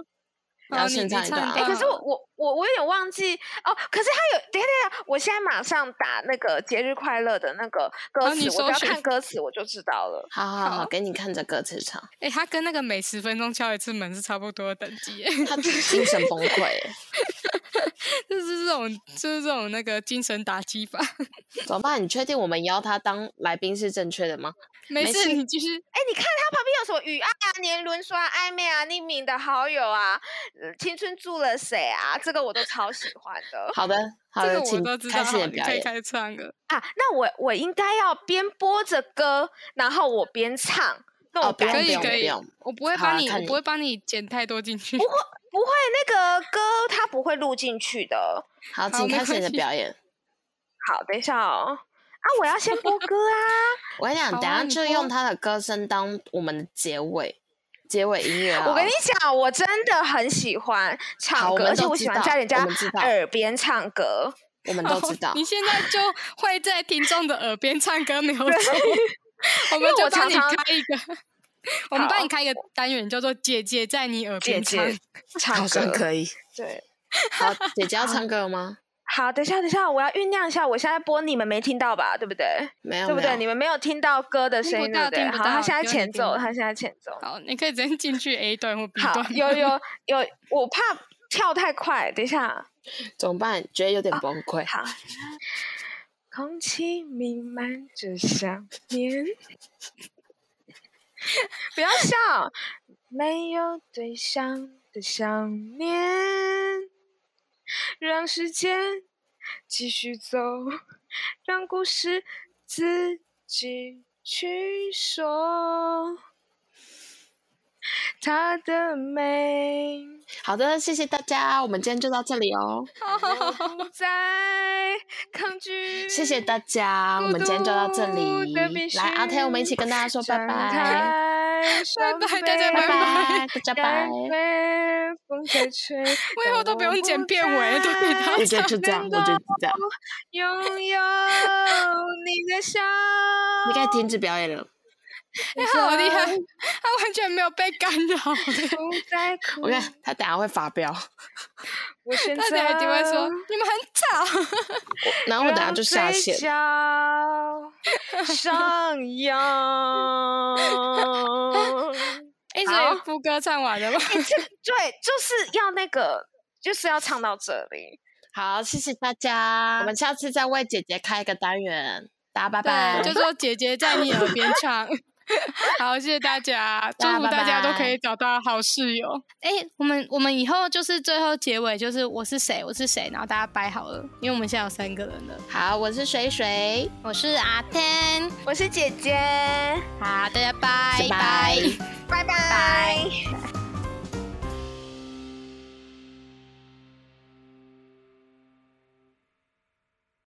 Speaker 1: 然后
Speaker 3: 嗯好你
Speaker 1: 现
Speaker 3: 你
Speaker 1: 唱一
Speaker 3: 唱
Speaker 1: 段
Speaker 3: 一
Speaker 1: 啊
Speaker 2: 哎、
Speaker 3: 段
Speaker 2: 可是我我我我有点忘记哦。可是他有，等一下等一下，我现在马上打那个节日快乐的那个歌
Speaker 3: 好
Speaker 2: 词，
Speaker 3: 你
Speaker 2: 我只要
Speaker 3: 搜寻
Speaker 2: 看歌词我就知道了？”。
Speaker 1: 好好好，
Speaker 3: 好
Speaker 1: 给你看着歌词 唱，
Speaker 3: 哎、他跟那个每十分钟敲一次门是差不多的等级、 欸，
Speaker 1: 他精神崩溃耶，
Speaker 3: 就是这种，就是这种那个精神打 击法。
Speaker 1: 怎么办？你确定我们邀他当来宾是正确的吗？
Speaker 3: 没
Speaker 1: 没
Speaker 3: 事，
Speaker 1: 事
Speaker 3: 你继续。
Speaker 2: 哎、你看他旁边有什么雨爱啊、年轮刷、暧昧啊、匿名的好友啊、呃青春住了谁啊，这个我都超喜欢的
Speaker 1: 好的，好
Speaker 3: 哦这
Speaker 1: 的，
Speaker 3: 个我
Speaker 1: 请
Speaker 3: 都知道，
Speaker 1: 开始你的
Speaker 3: 好你
Speaker 1: 表
Speaker 3: 可以
Speaker 1: 演。
Speaker 3: 开始唱了。
Speaker 2: 啊。那我我应该要边播着歌，然后我边唱，那
Speaker 1: 哦
Speaker 2: 我
Speaker 1: 不
Speaker 2: 感
Speaker 1: 用
Speaker 3: 可
Speaker 2: 觉
Speaker 3: 以
Speaker 1: 不
Speaker 3: 可以
Speaker 1: 用，
Speaker 3: 我不会
Speaker 1: 好啊
Speaker 3: 帮你，
Speaker 1: 看
Speaker 3: 我
Speaker 1: 你
Speaker 3: 不会帮你剪太多进去。
Speaker 2: 不会那个歌它不会录进去的。
Speaker 1: 好，
Speaker 3: 好
Speaker 1: 请
Speaker 3: 没
Speaker 1: 开始
Speaker 3: 关
Speaker 1: 你的
Speaker 3: 系
Speaker 1: 表演。
Speaker 2: 好，等一下哦。啊，我要先播歌啊！
Speaker 1: 我跟你讲，
Speaker 3: 好啊
Speaker 1: 等下
Speaker 3: 你
Speaker 1: 就
Speaker 3: 播，
Speaker 1: 用他的歌声当我们的结尾，结尾音乐好了。啊
Speaker 2: 我跟你讲，我真的很喜欢
Speaker 1: 好
Speaker 2: 唱
Speaker 1: 我
Speaker 2: 歌，
Speaker 1: 们
Speaker 2: 而且
Speaker 1: 都
Speaker 2: 我
Speaker 1: 知
Speaker 2: 喜欢
Speaker 1: 道
Speaker 2: 在人
Speaker 1: 我
Speaker 2: 家
Speaker 1: 们知道
Speaker 2: 耳边唱歌。
Speaker 1: 我们都知道
Speaker 3: 你现在就会在听众的耳边唱歌，没有错。 我
Speaker 2: 因
Speaker 3: 们
Speaker 2: 为
Speaker 3: 就
Speaker 2: 我
Speaker 3: 帮
Speaker 2: 常
Speaker 3: 你
Speaker 2: 常
Speaker 3: 开 一个，我们
Speaker 2: 好
Speaker 3: 帮你开一个单元，叫做“姐姐在你耳
Speaker 2: 姐
Speaker 3: 边唱
Speaker 2: 姐”。唱
Speaker 1: 好像
Speaker 2: 歌，
Speaker 1: 可以。
Speaker 2: 对。
Speaker 1: 好，姐姐要唱歌了吗？
Speaker 2: 好，等一下，等一下，我要酝酿一下。我现在播，你们没听到吧？对不对？
Speaker 1: 没有，
Speaker 2: 对不
Speaker 1: 没有
Speaker 2: 对？你们没有听到歌的
Speaker 3: 听
Speaker 2: 声
Speaker 3: 不
Speaker 2: 音，
Speaker 3: 到
Speaker 2: 对对？
Speaker 3: 听不
Speaker 2: 好，他
Speaker 3: 到
Speaker 2: 现在
Speaker 3: 只有你
Speaker 2: 前
Speaker 3: 听
Speaker 2: 奏，
Speaker 3: 到
Speaker 2: 他现在前 奏。
Speaker 3: 好，你可以直接进去 A 段或 B
Speaker 2: 好，
Speaker 3: 段。
Speaker 2: 有有有，我怕跳太快，等一下。
Speaker 1: 怎么办？觉得有
Speaker 2: 哦
Speaker 1: 点崩溃。
Speaker 2: 好，空气弥漫着想念， 不要笑，没有对象的想念，让时间继续走，让故事自己去说。它的美
Speaker 1: 好的，谢谢大家，我们今天就到这里哦，
Speaker 2: 嗯不再抗 拒。
Speaker 1: 谢谢大家，我们今天就到这里
Speaker 2: 孤独的必。须
Speaker 1: 来，阿天，我们一起跟大家说拜拜，
Speaker 2: 拜
Speaker 3: 拜拜大家
Speaker 1: 拜拜
Speaker 3: 拜，
Speaker 1: 大家拜
Speaker 2: 拜。拜，风在 吹。我
Speaker 3: 我以后都不用剪片尾，都可以当
Speaker 1: 我觉得就这样，我觉得就这样，
Speaker 2: 拥有你的 笑。
Speaker 1: 你该停止表演了。
Speaker 3: 哎，他好厉害，他完全没有被干扰。
Speaker 2: 不再哭。
Speaker 1: 我看他等下会发飙，
Speaker 2: 我选择
Speaker 3: 他。等下一定会说：“你们很吵。
Speaker 1: 然后我等下就下线。
Speaker 2: 让 嘴角上扬。”
Speaker 3: 哎，
Speaker 2: 好
Speaker 3: 所以副歌唱完了吗？
Speaker 2: 对，就是要那个，就是要唱到这里。
Speaker 1: 好，谢谢大家，我们下次再为姐姐开一个单元，大家拜拜，
Speaker 3: 对，就说姐姐在你耳边唱。 好，谢谢大家，祝
Speaker 1: 大家
Speaker 3: 福
Speaker 1: 拜
Speaker 3: 大家都可
Speaker 1: 拜
Speaker 3: 以找到好室友。哎、我们我们以后就是最后结尾就是我是谁，我是谁，然后大家掰好了，因为我们现在有三个人了。
Speaker 1: 好，我是水水，
Speaker 3: 我是阿天，
Speaker 2: 我是姐姐，
Speaker 3: 好，大家拜
Speaker 1: 拜拜。
Speaker 2: 拜拜。